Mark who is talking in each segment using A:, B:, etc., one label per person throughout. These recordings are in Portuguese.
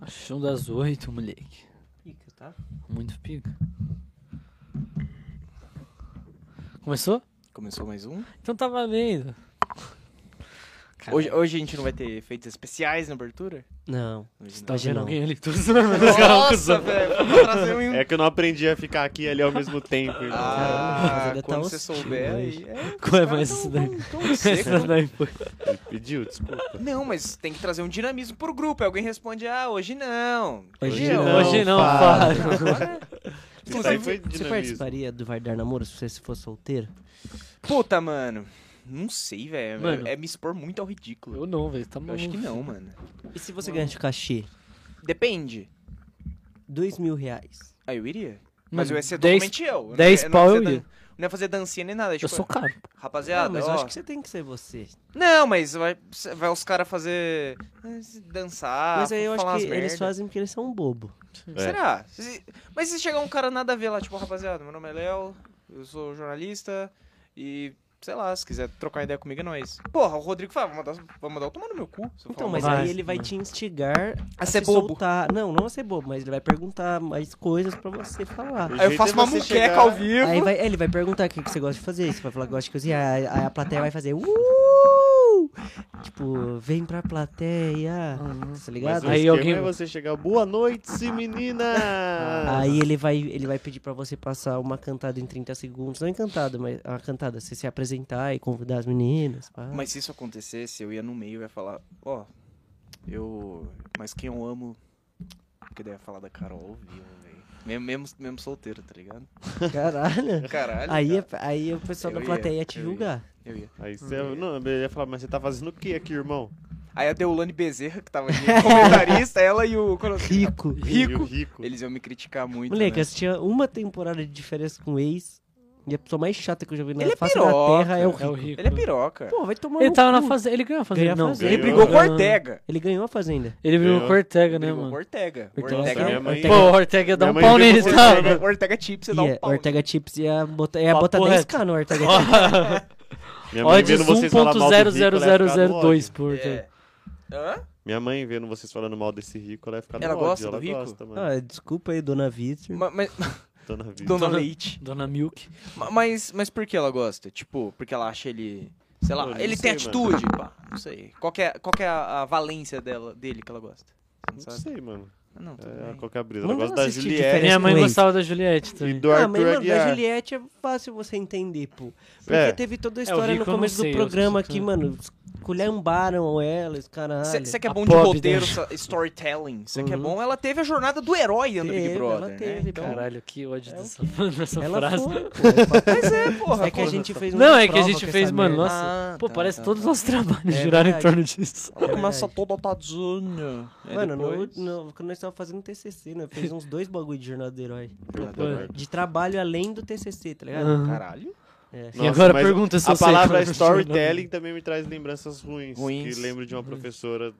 A: Achão um das oito, moleque.
B: Pica, tá?
A: Muito pica. Começou?
B: Começou mais um.
A: Então tá valendo.
B: Hoje, hoje a gente não vai ter efeitos especiais na abertura?
C: Não.
B: Hoje
C: Tá
A: vendo
C: não.
A: alguém ali tudo.
B: Nossa, velho. Vou trazer um...
D: É que eu não aprendi a ficar aqui e ali ao mesmo tempo. irmão.
C: Caramba,
B: Ah,
C: mas ele tá
B: quando você
C: hostil
B: souber aí...
C: hoje.
B: É,
A: Qual é
B: os caras
A: mais isso
B: tão-
A: daí? é
B: tão- tão seco,
A: Essa daí foi.
D: Ele pediu, desculpa.
B: Não, mas tem que trazer um dinamismo pro grupo. Aí Alguém responde, ah, hoje não.
C: Hoje
B: Entendeu?
C: não,
A: Hoje não,
D: Fábio.
A: Fábio.
B: Agora-
D: Isso aí foi
C: Você
D: dinamismo.
C: participaria do Vardar Namoro se você fosse solteiro?
B: Puta, mano. Não sei, velho.
A: Mano.
B: É me expor muito ao ridículo.
A: Eu não, velho. Tá
B: Eu acho
A: maluco.
B: que não, mano.
C: E se você ganhasse o cachê?
B: Depende.
C: Dois mil reais.
B: Aí eu iria. Mas eu ia ser
A: dez-
B: totalmente eu. eu.
A: 10
B: não ia-
A: pau
B: não ia
A: eu
B: fazer
A: ia.
B: dan- Não ia fazer dancinha nem nada. Tipo,
A: Eu sou caro.
B: Rapaziada,
C: Ah, mas eu
B: ó,
C: acho que você tem que ser você.
B: Não, mas vai, vai os caras fazer. dançar.
C: mas aí eu acho
B: Ah, falar
C: que
B: umas merda.
C: eles fazem É. porque eles são bobo.
B: Será? Se- mas se chegar um cara nada a ver lá, tipo, rapaziada, meu nome é Léo, eu sou jornalista e. Sei lá, se quiser trocar ideia comigo, é nóis. Porra, o Rodrigo fala, vou mandar, vou mandar eu tomar no meu cu. se eu
C: Então,
B: falar
C: mas
B: uma
A: Vai.
C: aí ele vai te instigar
B: A ser
C: se
B: bobo.
C: soltar. Não, não a ser bobo, mas ele vai perguntar mais coisas pra você falar.
B: merda. Aí eu
D: jeito
B: faço
D: é
B: uma
D: você
B: muqueca
D: chegar-
B: ao vivo.
C: Aí vai- ele vai perguntar o que, que você gosta de fazer. Você vai falar que gosta de cozinhar. Aí aí a plateia vai fazer. Uh! Tipo, vem pra plateia. Tá
D: Mas
C: ligado?
D: o
A: Aí
D: aí
A: alguém-
D: alguém... é você chegar, boa noite, menina!
C: Aí ele vai, ele vai pedir pra você passar uma cantada em 30 segundos. Não encantada, mas uma cantada. Você se apresentar e convidar as meninas. pá.
B: Mas se isso acontecesse, eu ia no meio e ia falar, ó, eu. Mas quem eu amo. Porque daí eu ia falar da Carol viu, velho. Mesmo, mesmo, mesmo solteiro, tá ligado?
C: Caralho.
B: Caralho.
C: Aí, é
B: cara.
C: aí o pessoal
B: Eu
C: da
B: ia,
C: plateia ia te
B: eu ia.
C: julgar.
B: Eu ia.
D: Aí você... Não, ele ia falar, mas você tá fazendo o que aqui, irmão?
B: Aí a Deolane Bezerra, que tava de comentarista, ela e o. qual é o nome?
C: Rico.
D: E o rico. né?
B: Eles iam me criticar muito.
C: Moleque, assim,
B: né?
C: eu tinha uma temporada de diferença com o ex. E a pessoa mais chata que eu já vi na
B: Ele é
C: face da
B: piroca.
C: terra é o
A: É o
C: Rico.
A: rico.
B: ele é piroca.
C: Pô, vai tomar
A: Ele
C: no
A: tava na
C: cu.
A: fazenda. Ele ganhou a fazenda.
C: Ganhou a
A: Não,
C: fazenda.
B: ele
D: eu-
B: brigou com o
A: Ganhou.
B: Ortega.
C: Ele ganhou a fazenda.
A: Ele brigou
D: Ganhou.
A: com o Ortega, né,
B: Brigou com o
A: mano?
B: Ortega. O
C: Ortega
B: Ortega,
D: minha mãe-
A: Pô, o Ortega ia dar um
D: Minha mãe
A: pau
D: brigou
A: nele,
D: com o
A: é tá?
D: Ortega.
B: o Ortega Chip, você
C: E
B: dá um
C: é,
B: pau.
C: Ortega Chips ia botar, ia
A: Papo
C: botar
A: reto.
C: 10k no Ortega Chips.
D: Minha mãe
A: Odds
D: vendo vocês falar mal do rico, ela ia ficar no ódio.
A: 1.00002 por
B: né?
A: Ortega.
B: É. Hã?
D: Minha mãe vendo vocês falando mal desse rico, ela ia ficar no
B: Ela
D: ódio.
B: gosta do
D: ela
B: rico?
D: gosta, mano.
C: Ah, desculpa aí, dona Vitor.
B: Ma- Mas,
D: Tô na vida.
B: Dona
A: Dona-
B: Leite.
A: Dona Milk.
B: Ma- Mas, mas por que ela gosta? Tipo, porque ela acha ele. Sei lá,
D: Mano,
B: ele
D: não
B: tem
D: sei,
B: atitude, pá. Não sei. Qual que é, qual que é a, a valência dela, dele que ela gosta? Você não sabe?
D: Não sei, mano.
B: Ah, Não, tudo
D: É,
B: bem.
D: qualquer brisa. Ela
C: Manda
D: gosta
C: ela
D: da
C: assistir
D: Juliette.
A: Minha
C: Parece
A: mãe
C: com ex.
A: gostava da Juliette
D: E
A: também.
D: do
C: ah,
D: Arthur
C: mas mano, da
D: Aguiar.
C: Juliette é fácil você entender, pô. Porque
D: É.
C: teve toda a
A: É, o
C: história
A: Rico eu
C: no
A: não
C: começo
A: sei, eu
C: do programa
A: só-
C: que, mano, esculhambaram ela, os caralho.
B: Você que é
A: A
B: bom de
A: pobre
B: roteiro,
A: dela.
B: sa- storytelling, você que é
C: Uhum.
B: bom, ela teve a jornada do herói dentro do Big
C: Teve,
B: Brother,
C: ela
B: né?
C: teve,
B: Então,
A: Caralho, que ódio dessa, dessa
C: Ela
A: frase.
C: foi, pô.
B: Mas é, porra.
C: É que a gente fez
A: Não,
C: uma
A: é que a
C: prova
A: gente
C: com
A: fez,
C: essa
A: mano,
C: merda.
A: nossa.
B: Ah,
A: Pô,
B: tá,
A: parece
B: tá,
A: todos os
B: tá.
A: nossos trabalhos
C: É
A: giraram em
C: verdade.
A: torno disso.
B: Ela
C: É
B: começa
C: verdade.
B: toda tadinha. Ah, Aí
C: Mano, no,
B: depois-
C: no, quando nós estávamos fazendo TCC, né? Eu fiz uns dois bagulho de jornada do herói.
D: Jornada do Herói.
C: De trabalho além do TCC, tá ligado?
A: Aham.
B: Caralho.
C: É.
A: E agora
D: mas
A: pergunta se
D: A
A: eu sei
D: palavra
A: falar
D: storytelling também me traz lembranças ruins.
B: Ruins.
D: Que lembro de uma professora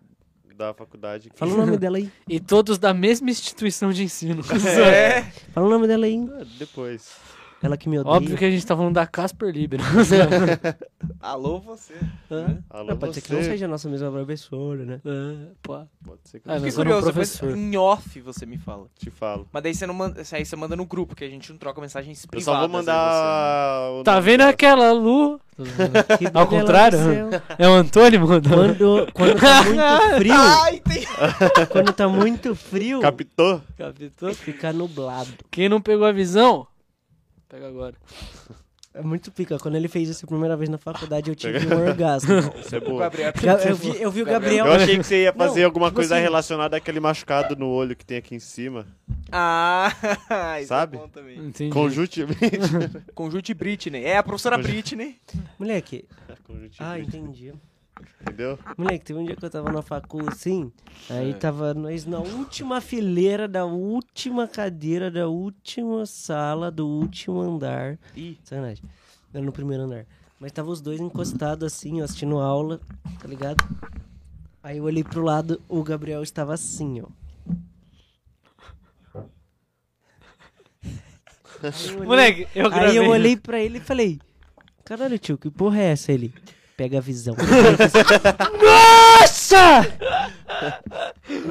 D: da faculdade que...
C: Fala o nome dela aí.
A: E todos da mesma instituição de ensino.
B: É.
C: Fala o nome dela aí.
D: Ah, Depois.
C: Ela que me odeia.
A: Óbvio que a gente tá falando da Casper Libero.
B: Alô, você.
C: Hã?
D: Alô,
C: Não, pode
D: você.
C: ser que não seja a nossa mesma professora, né?
A: É, pô.
D: Pode ser que
A: Ah, mas eu
B: Fiquei
C: um
D: não seja.
A: não
B: curioso, depois
A: professor.
B: em off você me fala.
D: Te falo.
B: Mas daí você não manda. Aí você manda no grupo, que a gente não troca mensagens
D: Eu
B: privadas.
D: só vou
B: aí
D: mandar... o
A: Tá
D: nome
A: vendo
D: dela.
A: aquela Lu?
C: Que
A: Ao
C: bebelão
A: contrário?
C: do céu.
A: É o Antônio, mano?
C: Quando, quando tá muito
B: você-
C: frio,
B: Ai, tem.
C: quando tá muito frio,
D: Captou?
A: Capitão.
C: fica nublado.
A: Quem não pegou a visão, pega agora.
C: É muito pica. Quando ele fez isso a primeira vez na faculdade, eu tive um orgasmo.
D: Isso é
B: O
D: boa.
B: Gabriel.
C: Ga- Eu vi, eu vi o Gabriel.
D: Eu achei que você ia
C: Não,
D: fazer alguma
C: tipo
D: coisa
C: assim-
D: relacionada àquele machucado no olho que tem aqui em cima.
B: Ah, isso
D: Sabe?
B: É bom também.
A: Entendi.
D: Conjuntivamente.
B: Conjunte Britney. É a professora Britney.
C: Moleque. Ah,
D: Conjuntivamente,
C: entendi.
D: entendeu?
C: Moleque, teve um dia que eu tava na facu, assim, aí tava nós na última fileira da última cadeira da última sala do último andar.
B: Ih.
C: Sacanagem. Era no primeiro andar. Mas tava os dois encostados, assim, ó, assistindo aula, tá ligado? Aí eu olhei pro lado, o Gabriel estava assim, ó. Aí eu olhei-
A: Moleque, eu gravei.
C: Aí eu olhei pra ele e falei, caralho, tio, que porra é essa? Ele, pega a visão. Nossa!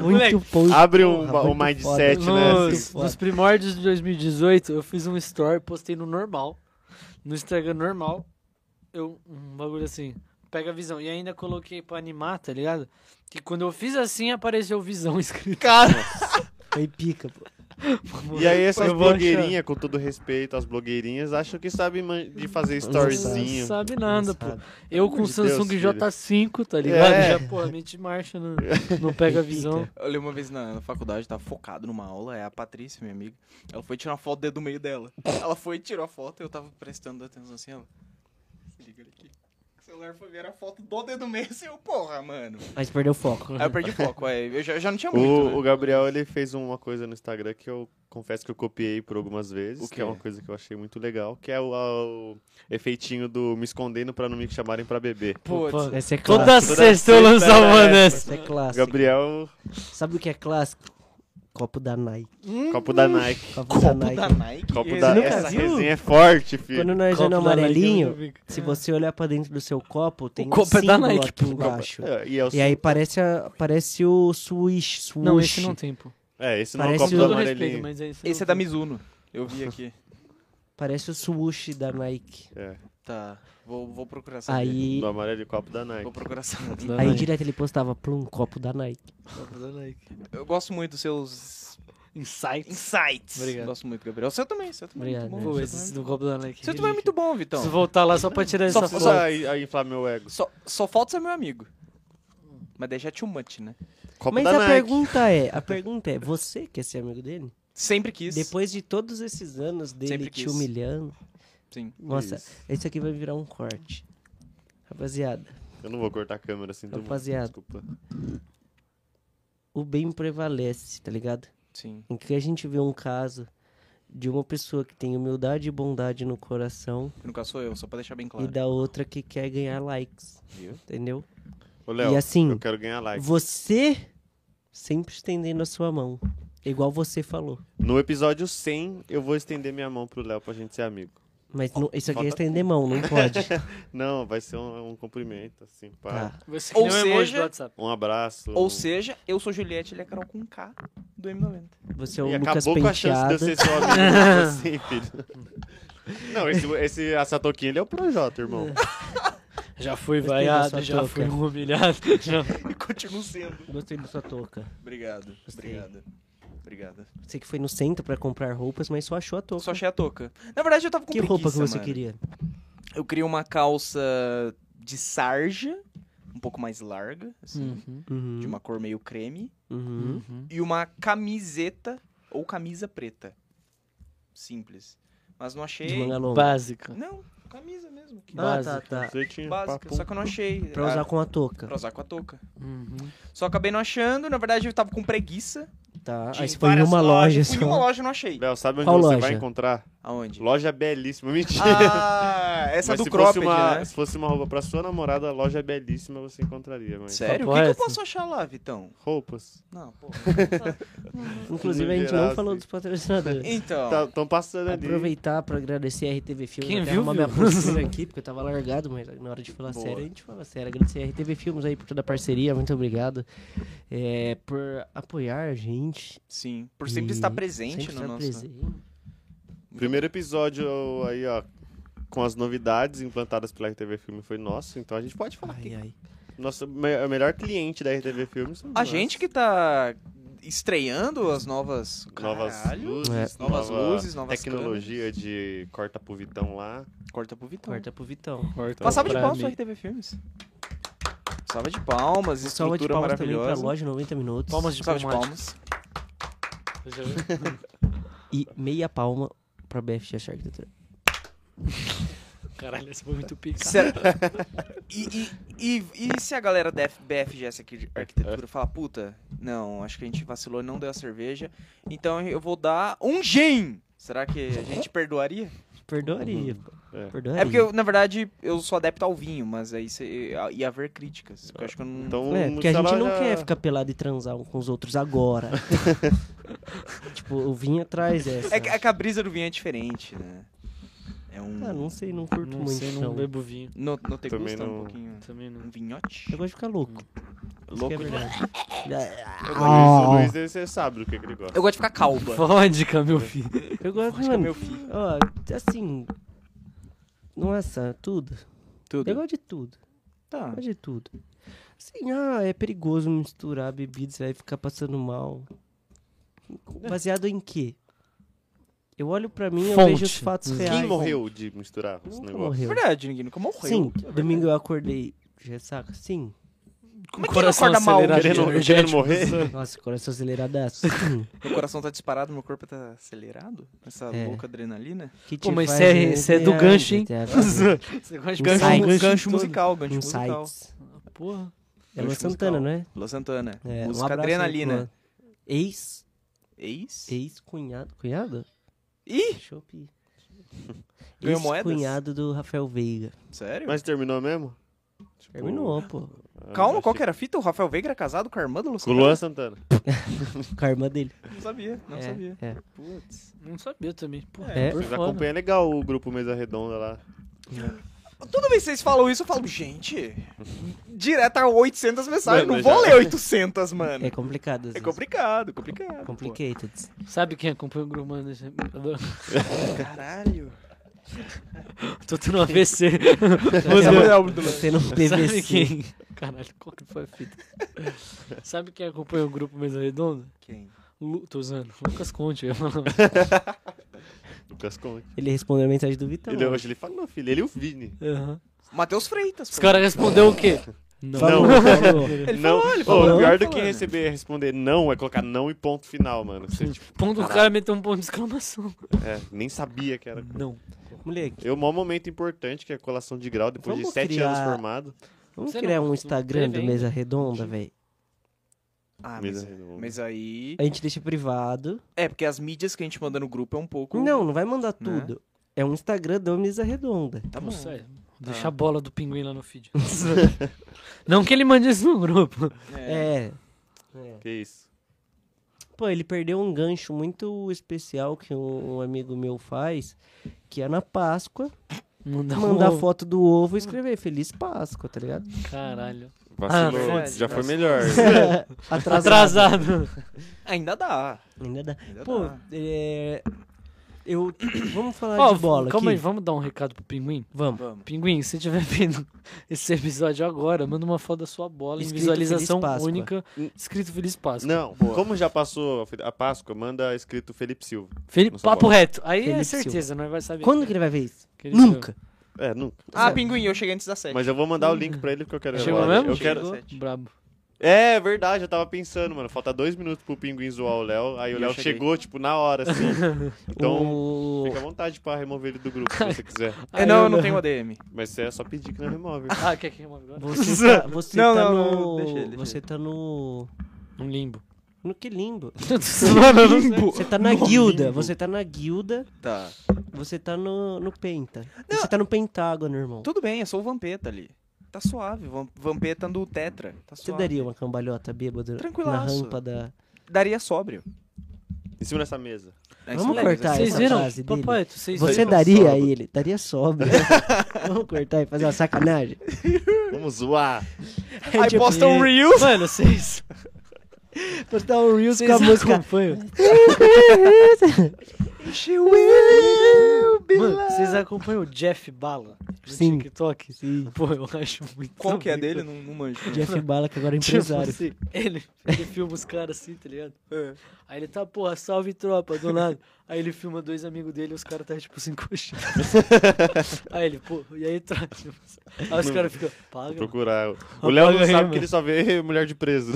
C: Muito pouco.
D: Abre um- um mindset,
C: foda.
D: né?
C: Muito
A: Nos,
C: foda.
A: nos primórdios de 2018, eu fiz um story, postei no normal, no Instagram normal, eu, um bagulho assim, pega a visão. E ainda coloquei pra animar, tá ligado? Que quando eu fiz assim, apareceu visão escrito. Cara!
C: Aí pica, pô.
D: E aí essas
A: Eu vou achar.
D: blogueirinhas, com todo respeito às blogueirinhas, acham que sabem man- de fazer
A: Não
D: storyzinho.
A: sabe nada, pô.
C: Sabe?
A: Eu
D: Pelo
A: com
D: amor de
A: Samsung
D: Deus, filho.
A: J5, tá ligado?
D: É.
A: Já, pô, a mente marcha, não, não pega a visão.
B: Eu lembro uma vez na, na faculdade, tava focado numa aula, é a Patrícia, minha amiga. Ela foi tirar uma foto do dedo do meio dela. Ela foi e tirou a foto, eu tava prestando atenção assim, ela. Se liga aqui. O celular foi ver a foto do dedo do meio, assim, eu, porra, mano.
C: Mas perdeu o foco.
A: É
B: Aí eu perdi o foco, aí eu já, já
C: É
B: não tinha muito.
D: O,
B: né?
D: o Gabriel, ele fez uma coisa no Instagram que eu confesso que eu copiei por algumas vezes,
B: O
D: que é
B: quê?
D: uma coisa que eu achei muito legal, que é o, a- o efeitinho do me escondendo pra não me chamarem pra beber.
B: Putz.
A: Pô,
C: Essa é clássica.
A: Toda sexta eu lançava uma dessa.
C: Essa é clássica.
D: Gabriel,
C: Sabe o que é clássico? Copo da Nike.
D: copo da Nike.
C: Copo, da
B: Copo
C: Nike.
B: da Nike.
D: Copo
B: Esse-
D: da
C: Hum. nunca
D: Essa
C: viu?
D: resenha é forte, filho.
C: Quando nós
A: Copo
C: é no
A: da
C: amarelinho,
A: Nike, eu nunca vi.
C: se você olhar pra dentro do seu copo, tem
A: copo
C: um
A: é da
C: símbolo
A: Nike,
C: aqui
A: pô.
C: embaixo.
D: É, e, é o
C: E aí parece, a- parece o swish, swoosh.
A: Não, esse não tem, pô.
D: É, esse não é o
C: Parece
D: copo
A: Com
D: do
A: todo
D: amarelinho.
A: respeito, mas é esse.
B: Esse é da Mizuno. Eu vi aqui.
C: Parece o swoosh da Nike.
D: É,
B: Tá. Vou, vou procurar saber.
C: Aí,
D: do amarelinho, copo da Nike.
B: Vou procurar saber.
A: da
C: aí direto ele postava, plum, copo da Nike.
B: Eu gosto muito dos seus
A: Insights.
B: insights.
A: Obrigado.
B: Gosto muito, Gabriel. Seu também, seu também. é
C: Obrigado, né?
B: muito bom.
A: Pô, esse do copo da Nike.
B: Seu também é muito bom, Vitão.
A: Preciso voltar lá só pra tirar
B: Só-
A: essa
D: Só
A: foto.
D: aí, aí inflar meu ego.
B: Só, só falta ser meu amigo. Mas deixa too much, né?
D: Copo
C: Mas
D: da
C: a
D: Nike.
C: pergunta é, a pergunta é, você quer ser amigo dele?
B: Sempre quis.
C: Depois de todos esses anos dele
B: Sempre
C: te
B: quis.
C: humilhando.
B: Sim.
C: Nossa,
D: Isso.
C: esse aqui vai virar um corte. Rapaziada,
D: Eu não vou cortar a câmera assim, então,
C: Rapaziada.
D: Desculpa.
C: o bem prevalece, tá ligado?
B: Sim.
C: Em que a gente vê um caso de uma pessoa que tem humildade e bondade no coração
B: Que nunca sou eu, só pra deixar bem
C: e
B: claro.
C: da outra que quer ganhar likes,
B: Viu?
C: entendeu?
D: Ô, Léo,
C: e assim,
D: eu quero ganhar like.
C: você sempre estendendo a sua mão, igual você falou.
D: No episódio 100, eu vou estender minha mão pro Léo pra gente ser amigo.
C: Mas não- isso aqui é
D: Falta-
C: estender mão, não pode.
D: Não, vai ser um, um cumprimento, assim, pá.
C: Tá.
A: Você
B: Ou
A: que nem um emoji
B: seja-
A: do WhatsApp.
D: Um abraço. um-
B: Ou seja, eu sou Juliette, ele é Carol com K do M90.
C: Você é
D: E
C: o Lucas
D: acabou com a chance de
C: Penteado.
D: eu ser seu amigo assim, filho. Não, esse, esse, essa touquinha, ele é o Projota, irmão.
A: Já fui
C: Gostei da
A: vaiado,
C: sua
A: já
C: touca.
A: fui humilhado. já-
B: E continuo sendo.
C: Gostei da sua touca.
B: Obrigado.
C: Gostei.
B: Obrigado. Obrigado.
C: Você que foi no centro pra comprar roupas, mas só achou a touca.
B: Só achei a touca. Na verdade, eu tava com
C: Que roupa que
B: preguiça,
C: você
B: mano.
C: queria?
B: Eu queria uma calça de sarja, um pouco mais larga, assim,
A: Uhum,
C: Uhum,
B: de uma cor meio creme.
C: uhum.
D: Hum?
A: uhum.
B: e uma camiseta ou camisa preta. Simples. Mas não achei.
C: De manga longa.
A: Básica.
B: Não, camisa mesmo. que
C: Ah,
A: básica.
C: tá, tá.
D: Conceitinho,
B: Básica,
D: papo.
B: só que eu não achei.
C: Pra
B: Ah,
C: usar com a touca.
B: pra usar com a touca.
A: Uhum.
B: Só acabei não achando, na verdade eu tava com preguiça.
C: Tá.
B: Tinha
C: Aí você foi em
B: várias
C: uma
B: lojas,
C: loja
B: fui Em uma
C: só.
B: loja eu não achei.
D: Léo, sabe onde
C: Qual
D: você
C: loja?
D: vai encontrar?
B: Aonde?
D: Loja belíssima, mentira.
B: Ah, essa
C: é
D: Mas
B: do
D: se fosse
B: cropped,
D: uma,
B: né?
D: Se fosse uma roupa pra sua namorada, a loja belíssima você encontraria, mas...
B: Sério? O
A: Papo
B: que, que eu
A: reto.
B: posso achar lá, Vitão?
D: Roupas.
B: Não, pô.
C: Tá. Inclusive,
D: No
C: a gente
D: geral,
C: não falou
D: assim.
C: dos patrocinadores.
B: Então,
D: Estão Tá, passando ali.
C: Aproveitar pra agradecer a RTV Filmes.
A: Quem
C: até
A: viu,
C: arrumar
A: viu.
C: minha postura aqui, porque eu tava largado, mas na hora de falar
B: Boa.
C: sério, a gente fala sério. Agradecer a RTV Filmes aí por toda a parceria, muito obrigado. É, por apoiar a gente.
B: sim. Por sempre
C: E
B: estar presente
C: sempre
B: no
C: estar
B: nosso.
C: presente.
D: Primeiro episódio aí, ó, com as novidades implantadas pela RTV Filme foi nosso, então a gente pode falar.
C: Ai, é. ai.
D: Nosso me- é melhor cliente da RTV Filmes somos
B: A
D: nós.
B: gente que tá estreando as novas.
D: Novas
B: Caralho.
D: luzes,
B: É. Novas
D: nova
B: luzes, novas
D: tecnologia de corta pro Vitão lá.
B: Corta pro Vitão.
C: Corta pro Vitão.
A: Corta
B: Uma salva de
A: Então, pra
B: palmas pra
A: mim.
B: RTV Filmes. Salva de palmas,
C: Salva
B: estrutura
C: de palmas também pra
B: maravilhosa.
C: loja 90 minutos.
A: Palmas de
B: Salva de
A: palmas.
B: palmas.
C: E meia palma pra BFG Arquitetura.
A: Caralho, esse foi muito picado.
B: Será- e, e, e, e se a galera da F- BFGS aqui de arquitetura falar, puta, não, acho que a gente vacilou e não deu a cerveja, então eu vou dar um gin. Será que a gente perdoaria?
C: Perdoaria, pô.
D: É.
C: Perdoaria.
B: É porque, eu, na verdade, eu sou adepto ao vinho, mas aí cê- ia haver críticas. Porque eu acho que eu não...
D: Então,
C: É, porque a
D: sei
C: gente
D: lá,
C: não
D: já-
C: quer ficar pelado e transar um com os outros agora. tipo, eu vim atrás dessa.
B: é, que- é que a brisa do vinho é diferente, é né? É um.
C: Ah, não sei, não curto
A: Não
C: muito.
A: sei, não
C: não.
A: bebo vinho.
B: No, no te
D: Também
B: gusta um
D: não-
B: pouquinho.
A: Também não.
B: Um vinhote?
C: Eu gosto de ficar louco.
A: Hum.
C: Isso que
B: Louco
C: é
B: de-
C: verdade.
D: O Luiz, o Luiz, você sabe do que, que ele gosta.
B: Eu gosto de ficar calba.
A: Vodka, meu filho.
C: Eu gosto,
A: é
B: Vodka,
C: mano.
B: meu filho.
C: Ó, assim. Nossa, tudo. Eu
B: Tudo.
C: gosto de tudo. Eu
B: Tá.
C: gosto de tudo. Assim, ah, é perigoso misturar bebida, você vai ficar passando mal. Baseado em quê? Eu olho pra mim e eu
A: Fonte.
C: vejo os fatos
A: Quem
C: reais.
D: Quem morreu de misturar esse
C: Nunca
D: negócio?
C: morreu.
B: Verdade, ninguém nunca morreu.
C: Sim, domingo eu acordei. Já saca? Sim.
A: Com
B: Mas
A: o
B: quem
A: coração
B: acorda mal
A: acelerado.
B: querendo-
A: energético.
D: querendo morrer?
C: Nossa, coração aceleradaço. Sim.
B: Meu coração tá disparado, meu corpo tá acelerado. Essa
C: É.
B: louca adrenalina.
C: Que
A: Pô,
C: te
A: mas
C: faz
A: cê é-
C: redesenhar,
A: cê é do gancho, hein?
C: cê é do-
A: Você gosta de
C: Gancho-
A: pegar um
C: gancho
B: gancho
A: todo.
B: musical,
C: Um
B: gancho musical.
C: Insights.
A: Porra.
C: É Luan
B: Gancho musical.
C: Santana, não é?
B: Lua Santana.
C: É, um
B: música
C: abraço aí pro Luan.
B: adrenalina. É
C: Ex,
B: Ex?
C: ex-cunhado. Cunhado?
B: Ih!
C: Chope.
B: Ganhou moedas?
C: Ex-cunhado do Rafael Veiga.
B: Sério?
D: Mas terminou mesmo? Tipo,
C: Terminou, pô.
D: ah,
B: Calma,
D: achei-
B: qual que é era a fita? O Rafael Veiga era casado com a irmã do Lua
D: Com o
B: Santana?
D: Luan Santana.
C: Com a irmã dele.
B: Não sabia, não
C: é,
B: sabia.
C: É.
B: Putz.
A: Não sabia também. Porra,
C: É.
A: por
D: Vocês
A: foda.
D: acompanham legal o grupo Mesa Redonda lá.
B: Toda vez que vocês falam isso, eu falo, gente, direto a 800 mensagens. não
D: Mano,
B: vou
D: já-
B: ler 800, mano.
C: É complicado. às
B: É
C: vezes. É
B: complicado, complicado.
C: Complicated.
A: Sabe quem acompanha o né? grupo, mano?
B: pô. Caralho.
A: Tô tendo um AVC.
B: Essa
A: Mano,
B: foi a do Lua.
C: Você não
A: Sabe
C: PVC.
A: quem? Caralho, qual que foi a fita? Sabe quem acompanha o grupo Mesa Redonda?
B: Quem?
A: Lu... Tô usando. Lucas Conte. eu ia falar.
D: Lucas Conte.
C: Ele respondeu a mensagem do
B: Tá
C: Vitão.
D: ele, hoje ele falou, filho, ele e o Vini.
A: Aham.
B: Matheus Freitas.
A: Os
B: pô.
A: caras respondeu o quê?
D: Não.
C: falou.
B: Ele
D: não,
B: falou, ele
D: Ô,
B: falou, ele
D: pior do
B: falou,
D: que
B: né?
D: receber responder não é colocar não e ponto final, mano. Você, tipo,
A: Ponto, o cara meteu um ponto de exclamação.
D: é, nem sabia que era.
A: Não.
C: Moleque,
D: Eu, o maior momento importante, que é a colação de grau, depois
C: Vamos
D: de sete
C: criar-
D: anos formado.
C: vamos
A: Você
C: criar
A: não-
C: um Instagram do
A: prevê,
C: Mesa Redonda, velho?
B: Ah, mas,
D: Mesa Redonda.
B: mas aí...
C: A gente deixa privado.
B: É, porque as mídias que a gente manda no grupo é um pouco...
C: Não, não vai mandar tudo. É um Instagram do Mesa Redonda.
B: Tá bom.
A: Não sai. Deixa
B: Ah.
A: a bola do pinguim lá no feed. não que ele mande isso no grupo.
B: É.
C: É.
D: Que isso.
C: Pô, ele perdeu um gancho muito especial que um, um amigo meu faz, que é na Páscoa,
A: Mandar,
C: mandar
A: um...
C: foto do ovo e escrever Feliz Páscoa, tá ligado?
A: Caralho.
D: Vacilou.
B: verdade,
D: já foi
B: vacilou.
D: melhor.
C: Atrasado.
A: É. Atrasado.
B: Ainda dá.
C: Ainda dá.
B: Ainda
C: Pô,
B: dá.
C: é... Eu... Vamos falar
A: Ó,
C: Tá de bola
A: calma aí,
C: aqui?
A: vamos dar um recado pro pinguim?
C: Vamos.
B: Vamos.
A: Pinguim, se tiver vendo esse episódio agora, manda uma foto da sua bola em
C: Escrito
A: visualização
C: Feliz Páscoa.
A: única, escrito Feliz Páscoa.
D: Não, como já passou a Páscoa, manda escrito Felipe Silva.
A: Felipe,
D: Não sou
A: papo
D: bola.
A: reto. Aí é
C: Felipe
A: certeza, nós vai saber.
C: Quando que ele vai ver isso?
A: que ele
C: Nunca.
D: É, nunca.
C: tá
B: Ah, pinguim, eu cheguei antes da sete.
D: Mas eu vou mandar o link pra ele porque eu quero
A: Chegou
D: agora.
A: mesmo?
D: Eu quero...
A: deu. Brabo.
D: É verdade, eu tava pensando, mano. Falta dois minutos pro pinguim zoar o Léo. Aí o
B: E
D: Léo
B: eu cheguei. Um
D: chegou, tipo, na hora, assim. Então,
C: O-
D: fica à vontade pra remover ele do grupo, se você quiser.
B: É,
A: Aí
B: não,
A: eu
B: eu não tenho ADM.
D: Mas é só pedir que não remove.
A: Ah, quer que remove agora?
C: Você tá, você
B: Não,
C: tá
B: não,
C: no...
B: não, deixa ele, deixa
C: você
B: ele.
C: tá no...
A: Um limbo.
C: No que limbo?
B: Limbo.
C: Você tá na guilda. Você tá na guilda.
B: Tá.
C: Você tá no, no penta. Você tá no pentágono, irmão.
B: Tudo bem, eu sou o Vampeta ali. Tá suave, Vam- Vampeta anda o Tetra. Tá
C: Você
B: suave.
C: daria uma cambalhota bêbada na
B: Tranquilaço.
C: rampa da...
B: Daria sóbrio.
D: Em cima dessa mesa.
B: Aí
C: Vamos
B: você-
C: cortar
A: Vocês
C: essa
A: viram?
C: frase dele.
A: Papai, vocês
C: Você
A: viram?
C: daria a
D: sobra.
C: ele? Daria sobra. Vamos cortar e fazer uma sacanagem.
D: Vamos zoar.
B: Aí
C: Tipo,
B: posta um Reels.
A: Mano, vocês.
C: postar um Reels
A: Vocês
C: com a música.
A: acompanham.
B: She will be
A: Mano,
B: loved.
A: vocês acompanham o Jeff Bala do
C: Sim.
A: TikTok? Sim. Pô, eu acho muito.
B: Qual que é
A: bonito.
C: tipo,
B: dele? Não, não manjo.
C: Jeff Bala, que agora é
A: Tipo
C: empresário.
A: assim, ele, ele filma os caras assim, tá ligado? Aí ele tá, porra, salve tropa, do nada. Aí ele filma dois amigos dele e os caras tá tipo se encoxando. aí ele, pô, e aí tropa? Tipo, aí os caras ficam,
D: Vou
A: paga. mano."
D: procurar. O Léo não
A: Apaga aí,
D: sabe
A: mano.
D: que ele só vê mulher de preso.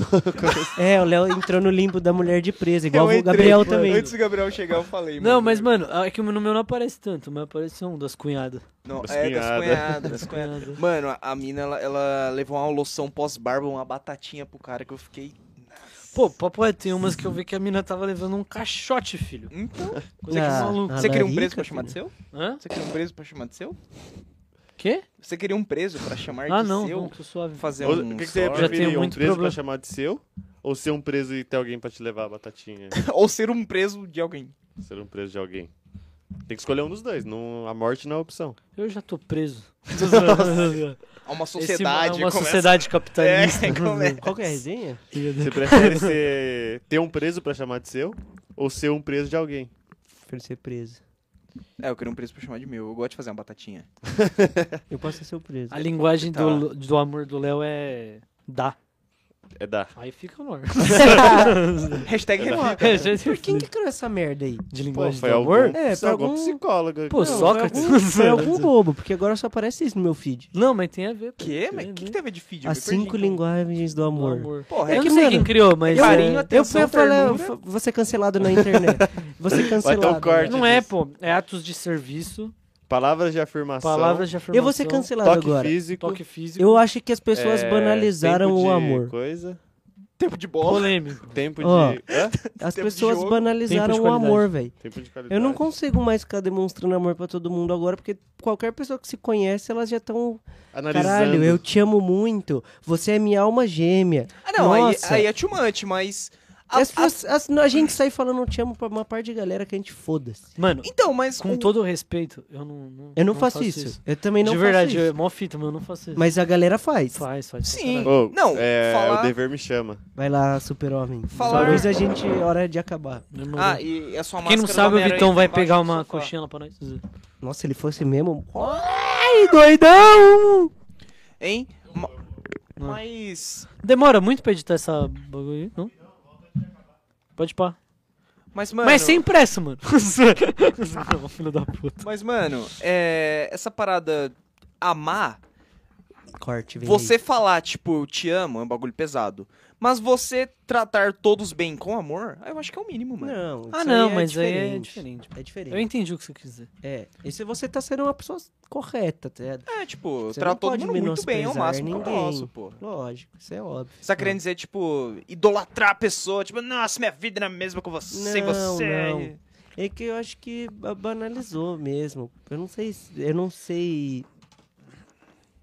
C: É, o Léo entrou no limbo da mulher de presa, igual
B: Eu
C: o
B: entrei.
C: Gabriel também.
B: Antes do Gabriel chegar, eu falei.
A: Não, mas mano, é que no meu não aparece tanto, mas apareceu um das cunhadas.
B: Não,
D: Das
B: é, das
D: cunhadas.
B: cunhadas.
A: Das
B: Das cunhadas.
A: cunhadas.
B: Mano, a- a mina, ela, ela levou uma loção pós-barba, uma batatinha pro cara que eu fiquei...
A: Pô, papo é, tem umas que eu vi que a mina tava levando um caixote, filho.
B: Então,
A: Coisa que
C: Ah,
A: maluco.
C: ah.
B: você queria um
C: larica,
B: preso pra chamar de
C: filho.
B: seu?
A: Hã?
B: Você queria um preso pra chamar de seu?
A: Quê?
B: Você queria um preso pra chamar
A: Ah,
B: de
A: não,
B: seu?
A: não, tô suave.
B: Fazer
D: Ou-
B: um
D: O que, que você ia
B: story?
A: tenho
D: preferir? Um
A: muito
D: preso pra
A: problema.
D: chamar de seu? Ou ser um preso e ter alguém pra te levar a batatinha?
B: Ou ser um preso de alguém.
D: ser um preso de alguém. Tem que escolher um dos dois. Não, a morte não é opção.
A: Eu já tô preso.
B: Há uma
A: Esse ma-
B: sociedade.
A: é uma
B: começa-
A: sociedade capitalista.
B: É, começa.
C: Qual que é a resenha?
D: Você prefere ser, ter um preso pra chamar de seu ou ser um preso de alguém?
C: Prefiro ser preso.
B: É, eu queria um preço pra chamar de meu. Eu gosto de fazer uma batatinha.
C: Eu posso ser preso.
A: A linguagem
B: Tá
A: do, do amor do Léo é. Dá.
D: É dar.
A: Aí fica no ar.
B: Hashtag refica.
A: É, gente,
C: Por quem que criou essa merda aí?
A: De
D: Pô,
A: linguagem
D: foi
A: do
D: algum,
A: amor?
C: É,
D: foi
C: foi
D: algum
C: algum-
D: psicólogo.
A: Pô,
D: Não,
A: Sócrates.
C: Foi algum, foi algum bobo, porque agora só aparece isso no meu feed.
A: Não, mas tem a ver. pô.
B: Quê? Mas
A: Tem
B: o
A: a
B: que,
A: ver.
B: que tem a ver de feed? Eu
C: As
B: me perdi,
C: cinco
B: então.
C: linguagens do
A: Do
C: amor.
A: amor.
B: Porra, é
A: Eu
B: que
A: não sei
C: mano,
A: quem criou, mas.
B: carinho
A: é-
B: até- Atenção,
C: eu fui falar,
B: ternura.
C: eu vou ser cancelado na internet. Você cancelado. né?
D: um corte.
A: Não é, pô. É atos de serviço,
D: Palavras de afirmação.
A: palavras de afirmação.
C: Eu vou ser cancelado
D: Toque
C: agora.
D: físico.
A: Toque físico.
C: Eu acho que as pessoas
D: é,
C: banalizaram
D: tempo
C: o
D: de
C: amor.
D: Coisa.
B: Tempo de bola.
A: Polêmico.
D: Tempo
C: Ó.
D: de. Hã?
C: As
B: tempo de
C: pessoas
B: jogo,
C: banalizaram
A: tempo de
C: o amor, velho.
D: Tempo de qualidade.
C: Eu não consigo mais ficar demonstrando amor pra todo mundo agora, porque qualquer pessoa que se conhece, elas já estão.
D: Analisando.
C: Caralho, eu te amo muito. Você é minha alma gêmea.
B: Ah, não, aí,
C: Nossa.
B: aí é too much, mas.
C: A,
B: A-
C: as pessoas- as- a gente sai falando eu te amo pra uma parte de galera que a gente foda-se.
A: Mano,
B: Então, mas.
A: com
B: o-
A: todo o respeito, eu não. não
C: Eu não, faço, isso. Eu também não
A: de verdade,
C: faço
A: é
C: isso.
A: mó fita, mas eu não faço isso.
C: Mas a galera faz.
A: Faz, faz.
B: Sim.
A: sacanagem.
D: Ô,
B: Não,
D: é,
B: falar-
D: O dever me chama.
C: Vai lá, super-homem.
B: Falar-
C: Talvez a gente, hora de acabar.
A: Demorou.
B: Ah, e a sua máscara.
A: é Quem não
B: do
A: sabe, o
B: Homem-Aranha
A: Vitão
B: tá
A: vai
B: embaixo
A: pegar
B: do
A: uma
B: sofá.
A: coxinha lá pra nós.
C: Nossa, ele fosse mesmo. Ai, doidão!
B: Hein? Ma-
A: Não.
B: Mas.
A: Demora muito pra editar essa bagulho aí, não? Pode pá.
B: Mas, mano.
A: Mas sem pressa, mano. Não, filho da puta.
B: Mas, mano, é, essa parada amar,
C: Corte, vem
B: você falar, tipo, eu te amo, é um bagulho pesado. Mas você tratar todos bem com amor, eu acho que é o mínimo,
C: aí.
B: mano.
C: Não,
A: Ah,
C: isso
A: não,
C: é
A: mas aí é
C: diferente.
A: diferente.
C: É
A: Eu
C: diferente.
A: entendi o que você quis dizer.
C: É. E se você tá sendo uma pessoa correta, tá ligado?
B: É, tipo,
C: Você
B: tratar
C: não
B: todo
C: pode
B: mundo muito bem, é o
C: menosprezar
B: máximo que eu
C: ninguém.
B: posso, pô.
C: Lógico, isso é óbvio.
B: Você tá querendo dizer, tipo, idolatrar a pessoa, tipo, nossa, minha vida não é a mesma com você, sem
C: Não,
B: você.
C: não. É que eu acho que ba- banalizou mesmo. Eu não sei. se- Eu não sei.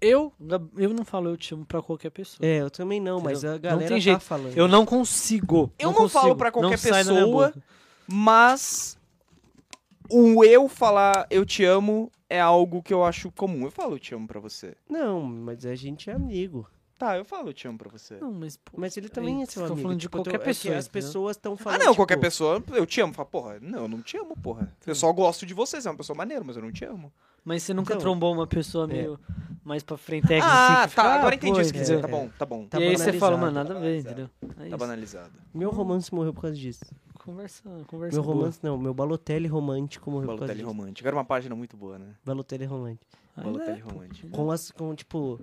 A: Eu, eu não falo eu te amo pra qualquer pessoa.
C: É, eu também não, mas
A: Entendeu?
C: a
A: Não
C: galera
A: tem
C: tá
A: jeito.
C: falando.
A: Eu não consigo.
B: Eu não falo
A: consigo,
B: pra qualquer
A: não sai da minha
B: pessoa.
A: boca.
B: Mas o eu falar eu te amo é algo que eu acho comum. Eu falo eu te amo pra você.
C: Não, mas a gente é amigo.
B: Tá, eu falo eu te amo pra você.
A: Não, mas, pô,
C: Mas ele também
A: aí
C: é seu
A: vocês tão
C: amigo.
A: falando de
C: Tipo, eu tô-
A: qualquer
C: é que
A: pessoa,
C: As
A: entendeu?
C: pessoas estão
B: Ah,
C: falando.
B: não, qualquer
C: tipo,
B: pessoa, eu te amo. Fala, porra, não, eu não te amo, porra. Eu só gosto de você, você é uma pessoa maneira, mas eu não te amo.
A: Mas você nunca
C: Então,
A: trombou uma pessoa meio mais pra frente é que
B: ah,
A: assim, que
B: tá,
A: fica,
B: agora
A: ah,
B: entendi
A: pô,
B: isso que
C: é,
B: dizer.
A: entendeu?
B: Tá
C: é.
B: bom, tá bom.
C: Tá
A: e aí você
C: banalizado,
A: fala, mano, nada
B: tá
A: a ver,
B: banalizado.
A: entendeu? É
B: Tá
A: isso.
B: banalizado.
C: Meu romance morreu por causa disso.
A: Conversa, conversa.
C: Meu
A: é boa.
C: romance não, meu balotelli romântico morreu por causa
B: Balotelli
C: disso.
B: romântico. Era uma página muito boa, né?
C: Balotelli romântico.
A: Ainda
B: Balotelli
A: é, pô.
B: romântico.
C: Com as. Com, tipo.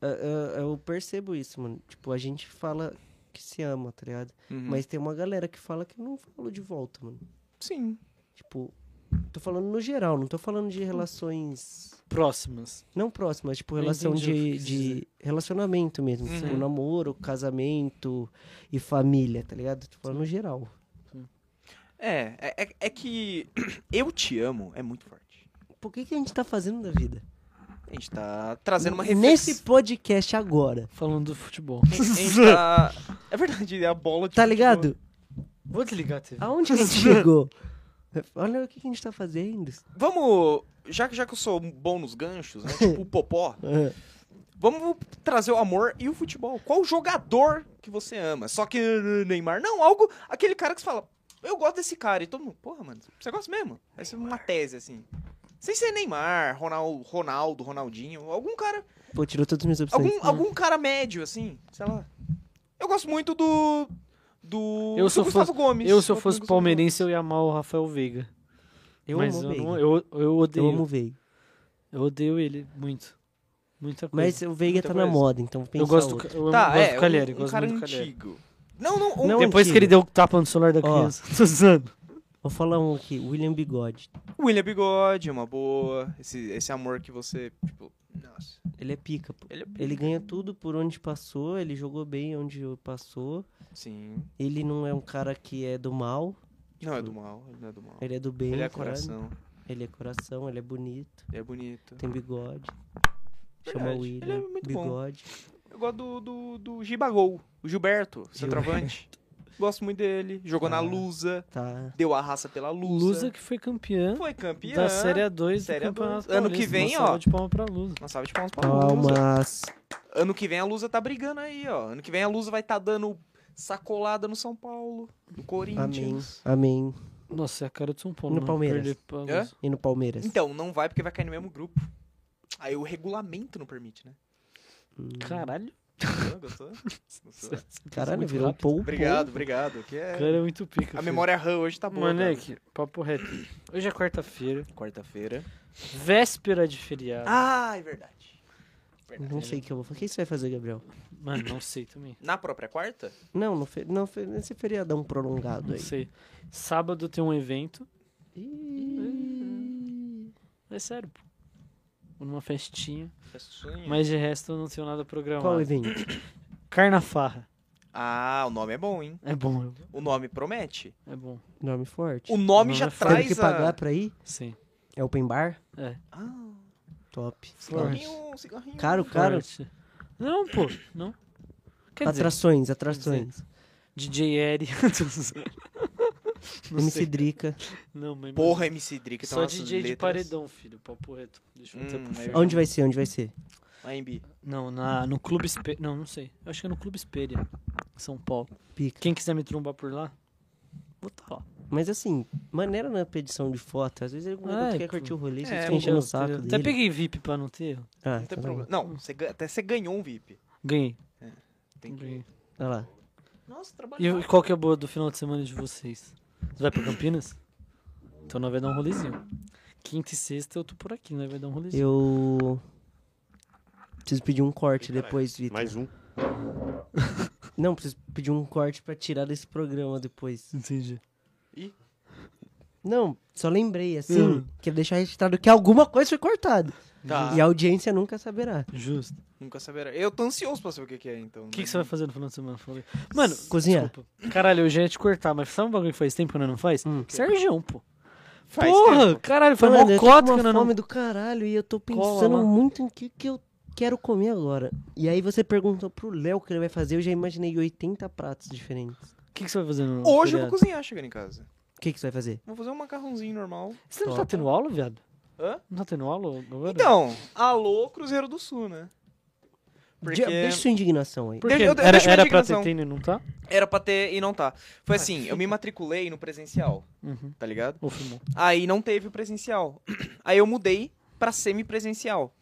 C: Eu, eu- eu percebo isso, mano. Tipo, a gente fala que se ama, tá ligado?
B: Uhum.
C: Mas tem uma galera que fala que eu não falo de volta, mano.
B: Sim.
C: Tipo, tô falando no geral, não tô falando de relações.
A: Próximas.
C: Não próximas, tipo,
A: Eu
C: relação
A: entendi o que
C: de,
A: quis
C: de
A: dizer.
C: relacionamento mesmo.
B: Uhum.
C: Tipo, namoro, casamento e família, tá ligado? Tô falando no geral.
B: É, é, é- é que eu te amo é muito forte.
C: Por que, que a gente tá fazendo da vida?
B: A gente tá trazendo uma
C: Nesse
B: reflexão.
C: podcast agora.
A: Falando do futebol.
B: A gente tá... É verdade, é a bola de
C: Tá
B: futebol.
C: ligado?
A: Vou desligar a TV.
C: Aonde que a gente chegou? Olha o que, que a gente tá fazendo.
B: Vamos, já que, já que eu sou bom nos ganchos, né, tipo o Popó,
C: Ah,
B: vamos trazer o amor e o futebol. Qual jogador que você ama? Só que eh, Neymar, não, algo, aquele cara que você fala, eu gosto desse cara, e todo mundo, porra, mano, você gosta mesmo? Essa é uma tese, assim. Sem ser Neymar, Ronaldo, Ronaldo Ronaldinho, algum cara
C: Pô, tirou todas as minhas opções.
B: Algum, algum cara médio, assim, sei lá. Eu gosto muito do. Do.
A: Eu
B: do
A: se eu
B: Gustavo Gomes.
A: Eu, se eu
B: gosto
A: fosse
B: muito do Gustavo
A: palmeirense, eu ia amar o Rafael Veiga.
C: Eu
A: Mas
C: amo
A: eu,
C: o Veiga.
A: não- eu, eu odeio.
C: Eu amo o Veiga.
A: eu odeio ele muito. Muita coisa.
C: Mas o Veiga
B: Muita
C: tá na
B: coisa.
C: moda, então pensa
A: eu gosto, do
C: outro.
A: Ca- eu amo-
B: Gomes. Tá,
A: gosto
B: é.
A: do Calheri.
B: um, um
A: gosto
B: cara
A: muito do Calheri.
B: antigo. Não, não, um-
C: Não,
A: Depois que ele deu o tapa no celular da
C: É Ó.
A: criança. Suzano.
C: Vou falar um aqui, William Bigode.
B: William Bigode, é uma boa. Esse, esse amor que você. Tipo, nossa.
C: Ele é pica, pô.
B: Ele é.
C: Ele ganha tudo por onde passou, ele jogou bem onde passou.
B: Sim.
C: Ele não é um cara que é do mal,
B: Não
A: Tipo
B: é do mal, ele não é do mal.
C: ele é do bem.
B: Ele é
C: tá ligado?
B: coração,
C: Ele é coração, ele é bonito,
B: ele é bonito.
C: tem bigode. Chama
B: Verdade,
C: William.
B: ele é muito bom.
C: bigode.
B: Eu gosto do, do, do Gibagol, o Gilberto, centroavante. Gosto muito dele. Jogou na Lusa.
C: Tá.
B: Deu a raça pela Lusa.
A: Ah. Lusa que foi campeã
B: foi campeã. é?
A: da Série A2
B: Série
A: do Campeonato
B: A2. Ano que
A: Paulista.
B: vem,
A: Uma salva
B: ó.
A: de palma pra Lusa.
B: Uma salva de palmas pra Lusa.
C: Palmas.
B: Ano que vem a Lusa tá brigando aí, ó. Ano que vem a Lusa vai tá dando sacolada no São Paulo, no
C: Amém.
B: Corinthians.
C: Amém.
A: Nossa, é a cara de São Paulo.
C: No
A: né?
C: Palmeiras.
A: Perder pra
B: É?
A: Lusa.
C: E no Palmeiras.
B: Então, não vai porque vai cair no mesmo grupo. Aí o regulamento não permite, né?
A: Caralho,
B: Gostou? Gostou?
C: Caralho,
A: é muito
C: virou um
A: rápido.
C: pou.
B: Obrigado, obrigado. Que
A: o
B: é...
A: cara é muito pica. filho.
B: A memória RAM hoje tá boa.
A: Moleque, papo reto. Hoje é quarta-feira,
B: cara. Quarta-feira.
A: véspera de feriado.
B: Ah, é verdade. Verdade.
C: Não sei o que eu vou fazer. O que você vai fazer, Gabriel?
A: Mano, não sei também.
B: Na própria quarta?
C: Não, no fe... não fe... nesse feriadão prolongado
A: Não
C: aí.
A: sei. Sábado tem um evento.
C: Ih.
A: É sério, pô. Numa festinha.
B: Festinha.
A: Mas de resto eu não tenho nada programado.
C: Qual evento?
A: Carnafarra.
B: Ah, o nome é bom, hein?
A: É bom,
B: O nome promete.
A: é bom.
C: Nome forte.
B: O nome
A: O
B: já
A: nome é forte.
C: Teve
B: traz
C: que pagar
B: a...
C: pra ir?
A: Sim.
C: É open bar?
B: Ah,
C: Top.
A: Forte.
B: cigarrinho, cigarrinho.
C: Caro, caro.
A: Forte. Não, pô. Não. Quer dizer,
C: Atrações, atrações.
A: DJ Eri. não
C: MC
A: sei.
C: Drica.
A: Não, mas...
B: Porra, MC Drick, tá
A: Só
B: umas
A: DJ de
B: letras.
A: paredão, filho. Papo reto. Deixa eu até
B: Hum,
A: puxar.
B: aí
C: Onde vai ser? Onde vai ser?
B: AMB.
A: Não, na, no Clube Espelho. Não, não sei. Eu acho que é no Clube Espelho, São Paulo.
C: Pica.
A: Quem quiser me trombar por lá, vou tá lá.
C: Mas assim, maneira na pedição de foto. Às vezes ele
A: Ah, é,
C: quer curtir o rolê, você
B: É,
C: fica
B: bom,
C: enchendo o saco dele.
A: Até peguei VIP pra não ter. erro.
C: Ah,
B: Não
C: tá
B: tem
C: bom.
B: problema. Não, você ga- até você ganhou um VIP.
A: Ganhei.
B: Tem que-
A: Ganhei.
C: Olha lá.
B: Nossa,
A: E
B: trabalhou.
A: o- qual que é a boa do final de semana de vocês? Você vai pra Campinas? Então nós vai dar um rolezinho. Quinta e sexta eu tô por aqui, nós vai dar um rolezinho.
C: Eu. Preciso pedir um corte depois, Vitor.
D: Mais um.
C: Não, preciso pedir um corte pra tirar desse programa depois.
A: Entendi.
C: Não, só lembrei, assim,
A: Hum.
C: quero deixar registrado que alguma coisa foi cortada.
B: Tá.
C: E a audiência nunca saberá.
A: Justo.
B: Nunca saberá. Eu tô ansioso pra saber o que que é, então.
A: O que, que você vai fazer no final de semana? Falei. Mano,
C: cozinhar.
A: desculpa. Caralho, eu já ia te cortar, mas sabe um bagulho que faz tempo que nós não faz?
C: Hum.
A: Sergião, pô.
B: Faz
A: Porra,
B: tempo.
A: caralho, foi
C: Mano,
A: mó
C: eu tô
A: cota
C: com
A: que
C: uma
A: nós não
C: fome do caralho e eu tô
A: Cola
C: pensando
A: lá.
C: muito em que que eu quero comer agora. E aí você perguntou pro Léo o que ele vai fazer, eu já imaginei 80 pratos diferentes.
A: O que, que você vai fazer no
B: Hoje eu
A: feriado?
B: vou cozinhar chegando em casa.
C: O que, que você vai fazer?
B: Vou fazer um macarrãozinho normal.
A: Você não tá tendo aula, viado?
B: Hã?
A: Não tá tendo aula agora?
B: Então, alô Cruzeiro do Sul, né? Porque
C: De- Deixa sua indignação aí.
A: Por
B: Deixa-
A: quê?
B: eu- eu-
A: era
B: deixa eu
A: era
B: ver a
A: pra
B: indignação.
A: ter tendo e não tá?
B: era pra ter e não tá. Foi assim, eu me matriculei no presencial,
A: Uhum.
B: tá ligado?
A: Ô, filmão.
B: Aí não teve o presencial. Aí eu mudei pra semi-presencial.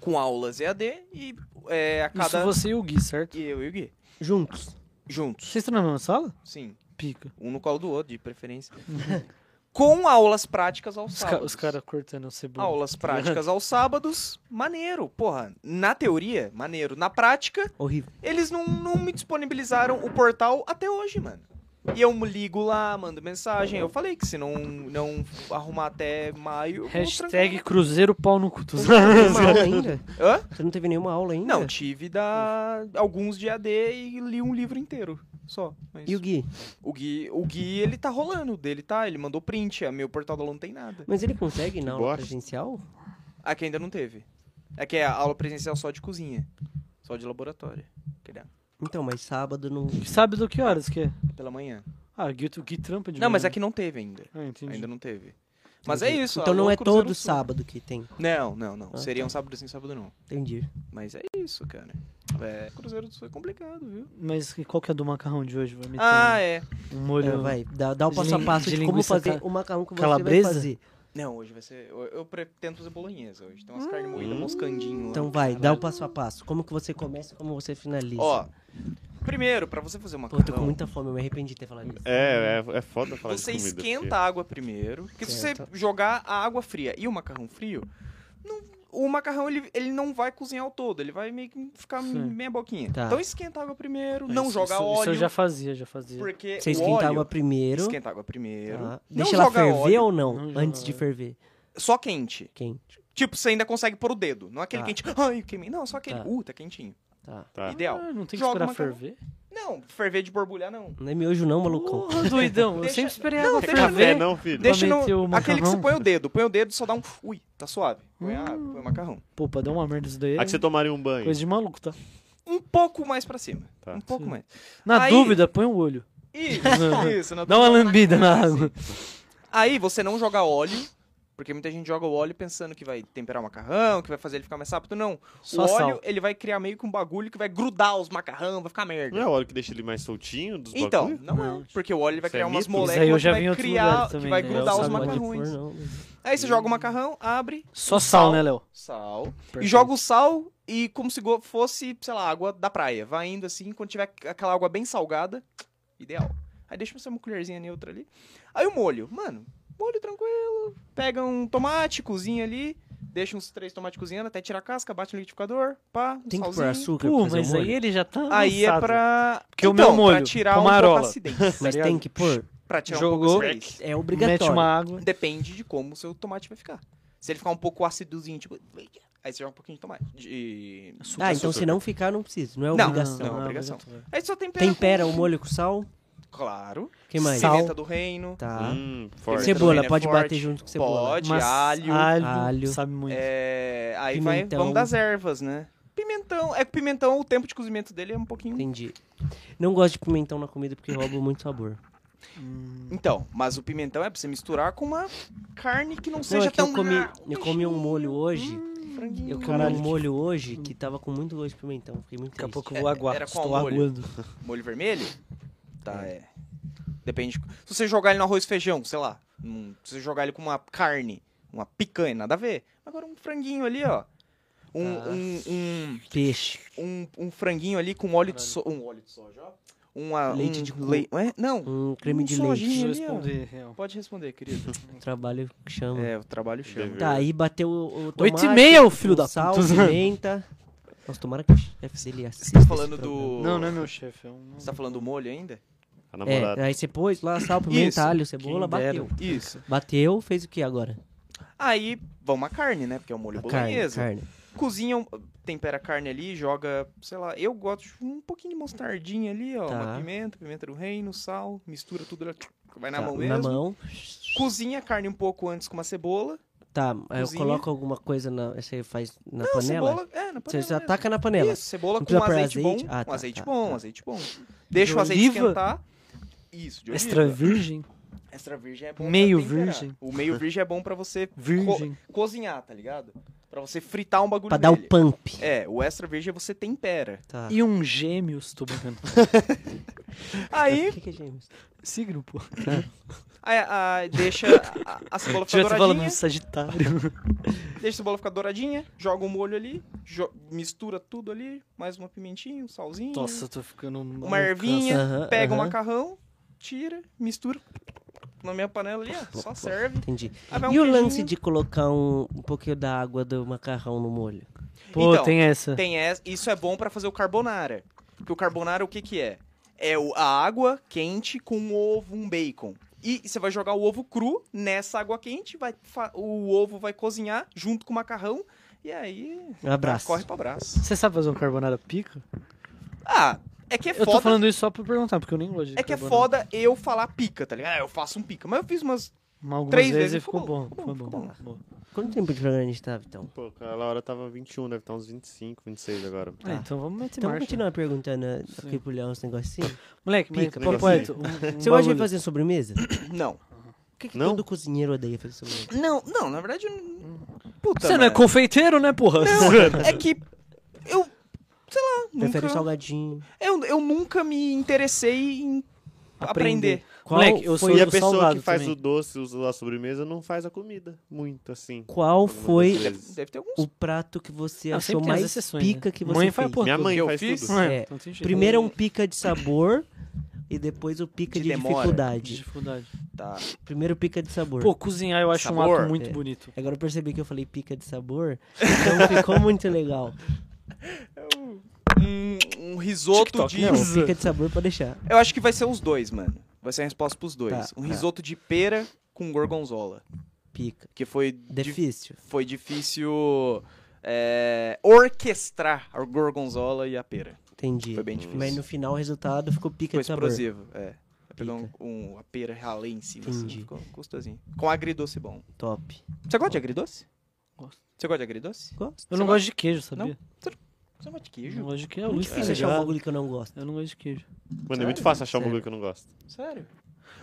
B: Com aulas EAD e é, a
A: Isso
B: cada.
A: você e o Gui, certo?
B: E eu e o Gui.
C: Juntos.
B: Juntos.
A: Vocês estão na mesma sala?
B: Sim.
A: Pica.
B: Um no colo do outro, de preferência. Com aulas práticas aos
A: Uhum. Os, ca
B: sábados.
A: os caras cortando o cebola.
B: Aulas práticas aos sábados, maneiro. Porra, na teoria, maneiro. Na prática,
C: Horrível.
B: eles não, não me disponibilizaram o portal até hoje, mano. E eu ligo lá, mando mensagem. Eu falei que se não, não arrumar até maio. eu vou
A: Hashtag
B: trancar.
A: Cruzeiro pau no cu.
C: Você não teve nenhuma aula ainda?
B: Hã?
C: Você não teve nenhuma aula ainda?
B: Não, tive da alguns de AD e li um livro inteiro. Só. mas-
C: E o Gui?
B: o Gui, o Gui, ele tá rolando, o dele tá, ele mandou print, a meu portal do aluno não tem nada.
C: Mas ele consegue na aula
D: bosta.
C: presencial?
B: Aqui ainda não teve. Aqui é a aula presencial só de cozinha, só de laboratório. que dá
C: Então, mas sábado não.
A: Sabe do que horas que é?
B: Pela manhã.
A: Ah, o Gui, o Gui trampa de
B: Não, mas
A: manhã.
B: aqui não teve ainda.
A: Ah, entendi.
B: Ainda não teve. Mas é isso.
C: Então
B: alô,
C: não é
B: Cruzeiro
C: todo
B: do Sul.
C: sábado que tem.
B: Não, não, não.
C: Ah,
B: Seria
C: tá.
B: um sábado sim, sábado não.
C: Entendi.
B: Mas é isso, cara. É, Cruzeiro do Sul é complicado, viu?
A: Mas que- qual que é do macarrão de hoje? Vai meter
B: Ah, é.
A: um, um
C: É,
A: molho...
C: vai, dá, dá o
A: de
C: passo a
A: lin-
C: passo
A: de
C: de, como
A: linguiça
C: fazer
A: ca-
C: o macarrão que você
A: calabresa?
C: vai fazer.
B: Não, hoje vai ser. Eu, eu pretendo fazer bolonhesa hoje. Tem umas carnes moídas, moscandinho. lá.
C: Ah. Então vai, dá o passo a passo. Como que você começa como você finaliza.
B: Ó, primeiro, pra você fazer uma
C: Pô, eu tô com
B: macarrão,
C: muita fome, eu me arrependi de ter falado isso.
D: É, é, é foda falar
B: você
D: de comida.
B: esquenta
D: porque-
B: a água primeiro. Porque se você
C: Certo.
B: jogar a água fria e o macarrão frio, não- o macarrão ele, ele não vai cozinhar o todo, ele vai meio que ficar
A: Sim.
B: meia boquinha.
C: Tá.
B: Então esquenta a água primeiro,
A: Mas
B: não
A: isso-
B: joga
A: isso,
B: óleo.
A: Isso eu já fazia, já fazia.
B: Porque
C: Você
B: o
C: esquenta
B: óleo,
C: a água primeiro.
B: Esquenta a água primeiro.
C: tá?
B: Não
C: Deixa ela
B: joga
C: ferver
B: óleo,
C: ou não?
A: Não joga
C: antes de
A: óleo.
C: ferver.
B: Só quente.
C: Quente.
B: Tipo, você ainda consegue pôr o dedo. Não é aquele
C: Tá.
B: quente. Ai, queimei. Não, só aquele.
C: Tá.
B: Uh, tá quentinho.
C: Tá.
D: Tá.
B: Ideal.
A: Ah. Ah, não tem que
B: Joga o
A: esperar
B: macarrão.
A: ferver?
B: Não, ferver de borbulhar, não.
C: Não é miojo não, malucão.
A: Porra, doidão. Eu
B: Deixa-
A: sempre esperei
B: Não,
A: água
B: deixa-
D: Café
A: ferver.
D: não, filho.
B: Deixa
A: meter
B: no.
A: o
B: Aquele que você
A: macarrão.
B: põe o dedo. Põe o dedo e só dá um. Ui, tá suave. Põe a
A: Hum.
B: água, põe o macarrão.
A: Pô, pra dar uma merda isso daí
D: Ah, que você
A: é
D: tomaria um banho.
A: coisa de maluco, tá?
B: Um pouco mais pra cima.
D: Tá.
B: Um pouco
A: Sim.
B: mais.
A: Na
B: Aí-
A: dúvida, põe o olho.
B: Isso, isso. na-
A: Dá uma lambida na água.
B: Aí você não joga óleo, porque muita gente joga o óleo pensando que vai temperar o macarrão, que vai fazer ele ficar mais rápido. Não.
A: Só
B: o óleo,
A: sal.
B: ele vai criar meio que um bagulho que vai grudar os macarrão, vai ficar merda.
D: Não é a hora que deixa ele mais soltinho dos
B: Então,
D: bagulho?
B: não,
A: Não.
B: é. Porque o óleo vai
D: Isso
B: criar
D: é
B: umas
D: mito. Isso
A: aí
B: moléculas
A: eu já vi
B: que
A: em
B: vai
A: outro
B: criar,
A: lugar
B: que
A: também,
B: vai
A: né?
B: grudar
A: Não
B: os
A: sabe onde
B: macarrões.
C: não.
B: Aí você joga o macarrão, abre,
A: Só sal,
B: Sal.
A: né, Léo?
B: sal, e
A: Perfeito.
B: joga o sal e como se go- fosse, sei lá, água da praia. Vai indo assim, quando tiver aquela água bem salgada, ideal. Aí deixa você uma colherzinha neutra ali. Aí o molho, mano, molho tranquilo. Pega um tomate, cozinha ali, deixa uns três tomates cozinhando até tirar a casca, bate no liquidificador, pá, um
C: Tem que pôr
B: salzinho.
C: açúcar
A: Pô,
C: pra fazer
A: mas
C: o molho?
A: aí ele já tá
B: Aí é
A: amassado.
B: pra.
A: Porque o
B: Então,
A: meu molho,
B: pra tirar um
A: pomarola.
B: pouco a acidez.
C: Mas tem que pôr?
B: Pra tirar um
A: Jogou.
B: pouco a acidez.
C: É
A: Mete
C: obrigatório.
A: uma água.
B: Depende de como o seu tomate vai ficar. Se ele ficar um pouco acidozinho, tipo. Aí você joga um pouquinho de tomate. De...
C: Ah, então
D: açúcar.
C: se não ficar, não precisa. Não é
B: Não,
C: obrigação.
B: não é obrigação.
A: obrigatório.
B: Aí só tempera.
C: Tempera
B: com-
C: o molho com sal?
B: Claro.
C: Quem mais?
A: Sal.
B: Pimenta do reino.
C: Tá.
D: Hum, forte.
B: Você-
C: Cebola,
B: Também é
C: pode
B: forte.
C: bater junto com cebola.
B: Pode,
A: Mas
B: alho.
A: alho,
C: Alho.
A: sabe muito.
B: é, Aí vai,
C: Pimentão.
B: vamos das ervas, né? Pimentão. É que pimentão, o tempo de cozimento dele é um pouquinho.
C: Entendi. Não gosto de pimentão na comida porque rouba muito sabor.
B: Então, mas o pimentão é pra você misturar com uma carne que não
C: Não,
B: seja
C: é que
B: tão. Hum.
C: eu comi, eu comi um molho hoje.
B: Franguinho.
C: Eu comi
A: Caralho,
C: um
A: que-
C: molho hoje que tava com muito gosto de pimentão. Fiquei muito
A: Daqui a
C: triste.
A: pouco eu vou aguar.
B: É, era com
A: Estou
B: molho.
A: aguando.
B: Molho vermelho? Tá, é. Depende. Se você jogar ele no arroz e feijão, sei lá. num- se você jogar ele com uma carne, uma picanha, nada a ver. Agora um franguinho ali, ó. Um,
A: Tá.
B: um, um,
C: Peixe.
B: um, um franguinho ali com óleo de soja. Um óleo de soja, ó. Uma,
C: Leite
B: um
C: de coco.
B: lei- Ué, Não,
C: Um creme
B: Um
C: de
B: sojinha.
C: leite. um
A: Deixa eu
B: ali, ó.
A: responder, real.
B: pode responder, querido.
C: Trabalho que chama.
B: é, o trabalho chama.
D: Deve-
C: Tá, aí bateu o, o tomate.
A: Oito e meia, ô filho
C: o
A: da
C: sal,
A: puta.
C: pimenta. Nossa, tomara que o FC ele
B: Você
C: assista
B: tá
C: esse
B: falando
C: programa.
B: do.
A: Não, não é meu chefe. É um...
B: Você tá falando do molho ainda?
D: A namorada.
C: É, aí você pôs lá sal, pimenta,
B: Isso.
C: alho, cebola,
A: Quem dera.
C: bateu.
B: Isso.
C: Bateu, fez o que agora?
B: Aí, vamos a carne, né? Porque é o molho
C: A carne,
B: bolonhesa.
C: carne.
B: cozinha, um- tempera a carne ali, joga, sei lá, eu gosto de um pouquinho de mostardinha ali, ó,
C: Tá.
B: uma pimenta, pimenta do reino, sal, mistura tudo, ela vai na
C: Tá,
B: mão mesmo.
C: Na mão.
B: Cozinha a carne um pouco antes com uma cebola.
C: Tá, aí eu
B: Cozinha.
C: coloco alguma coisa na. Você faz na
B: Não,
C: panela?
B: cebola, é, na
C: Você
B: panela.
C: já
B: mesmo.
C: taca na panela.
B: Isso, cebola
C: Não
B: com
C: precisa
B: um
C: pôr
B: azeite,
C: azeite?
B: bom,
C: Ah,
B: um
C: tá,
B: azeite
C: tá,
B: bom,
C: tá.
B: um azeite bom. Deixa
A: De
B: o azeite
A: oliva?
B: esquentar. Isso, de oliva.
A: Extra É virgem?
B: Extra virgem é bom pra
A: Meio
B: temperar.
A: virgem?
B: O meio virgem é bom pra você co-
A: Virgem.
B: cozinhar, tá ligado? Pra você fritar um bagulho
C: Pra dar o
B: nele.
C: pump.
B: É, o extra virgem você tempera.
C: Tá.
A: E um gêmeos, tô brincando.
B: Aí
C: O que, que é gêmeos?
A: Signo, pô.
B: Aí, ah, deixa a, a cebola ficar
A: Tivesse falando
B: douradinha,
A: um sagitário.
B: deixa a cebola ficar douradinha, joga o molho ali, jo- mistura tudo ali, mais uma pimentinha, um salzinho,
A: Nossa, eu tô ficando...
B: uma ervinha,
C: Aham,
B: pega o
C: aham.
B: macarrão, tira, mistura na minha panela ali, ó, só serve.
C: Entendi.
B: Aí vai um
C: E o
B: queijinho.
C: lance de colocar um, um pouquinho da água do macarrão no molho?
A: Pô,
B: Então,
A: tem essa.
B: Tem essa, isso é bom pra fazer o carbonara. Porque o carbonara o que que é? É o- a água quente com um ovo, um bacon. E você vai jogar o ovo cru nessa água quente, vai fa- o ovo vai cozinhar junto com o macarrão e aí
C: Um abraço.
B: Tá, corre pro braço.
A: Você sabe fazer um carbonara pica?
B: Ah, é que é
A: eu tô
B: foda.
A: falando isso só pra perguntar, porque eu nem gosto de
B: É que é
A: carbonara.
B: foda eu falar pica, tá ligado? Ah, eu faço um pica, mas eu fiz umas
A: Mas Algumas
B: Três
A: vezes
B: vezes
A: e ficou bom.
B: ficou
A: Foi bom.
B: bom, ficou bom,
A: ficou bom.
C: Quanto tempo de programa a gente tava, então?
D: Pô, aquela hora tava 21, deve estar uns 25, 26 agora.
A: Ah,
B: É.
A: então vamos meter
C: Então vamos
A: marcha.
C: continuar perguntando a- aqui pro Leão uns negocinhos.
A: Moleque,
D: Pica,
A: pica, mas, papo
B: né?
D: negocinho.
A: reto, um- um
C: assim. Você gosta de
A: bagulho.
C: fazer sobremesa?
B: Não.
C: O que, que
D: Não?
C: todo cozinheiro odeia fazer sobremesa?
B: Não, não, na verdade. eu não- Puta.
A: Você não é
B: mano.
A: confeiteiro, né, porra?
B: É que eu, sei lá,
C: Prefere
B: nunca
C: salgadinho.
B: eu, eu nunca me interessei em aprender.
C: Qual
A: Moleque, eu sou
C: foi
D: E a
A: do
D: pessoa
A: salgado
D: que faz
A: também.
D: o doce, usa a sobremesa, não faz a comida. Muito, assim.
C: Qual
D: Algumas
C: foi
D: vezes.
B: Deve ter algum
C: o prato que você
A: Não,
C: achou
A: sempre tem as
C: mais
A: exceções, né?
C: pica que você
A: Mãe
C: fez?
A: faz por
D: Minha
A: tudo.
D: mãe
B: que eu
D: faz
B: fiz?
D: tudo.
A: É,
C: É,
A: então tem jeito.
C: Primeiro é um pica de sabor e depois o pica
B: De
C: de,
B: demora.
C: dificuldade.
A: Dificuldade.
B: Tá.
C: Primeiro pica de sabor.
A: Pô, cozinhar eu acho um
B: Sabor?
A: ato muito
C: É.
A: bonito.
C: Agora eu percebi que eu falei pica de sabor, então ficou muito legal.
B: Um, um risoto
A: TikTok,
B: de.
A: né?
C: Não, pica de sabor pode deixar.
B: Eu acho que vai ser os dois, mano. Vai ser a resposta pros dois.
C: Tá,
B: um
C: tá.
B: risoto de pera com gorgonzola.
C: Pica.
B: Que foi, di-
C: Difícil.
B: foi difícil é, orquestrar a gorgonzola e a pera.
C: Entendi.
B: Foi bem difícil.
C: Mas no final o resultado ficou pica
B: Foi
C: de sabor.
B: explosivo, é. Pegou um, um- a pera ralei em cima, assim,
C: Entendi.
B: ficou gostosinho. Com agridoce bom.
C: Top.
B: Você gosta de agridoce?
A: Gosto.
B: Você gosta de agridoce?
C: Gosto.
A: Eu não gosto de queijo, sabia?
B: Você gosta de
A: Eu não
B: queijo?
A: gosto de queijo.
C: É
A: É
C: muito difícil achar um bagulho que eu não gosto.
A: Eu não gosto de queijo.
D: Mano, é muito
B: Sério?
D: fácil achar um
C: Sério.
D: bagulho que eu não gosto.
B: Sério?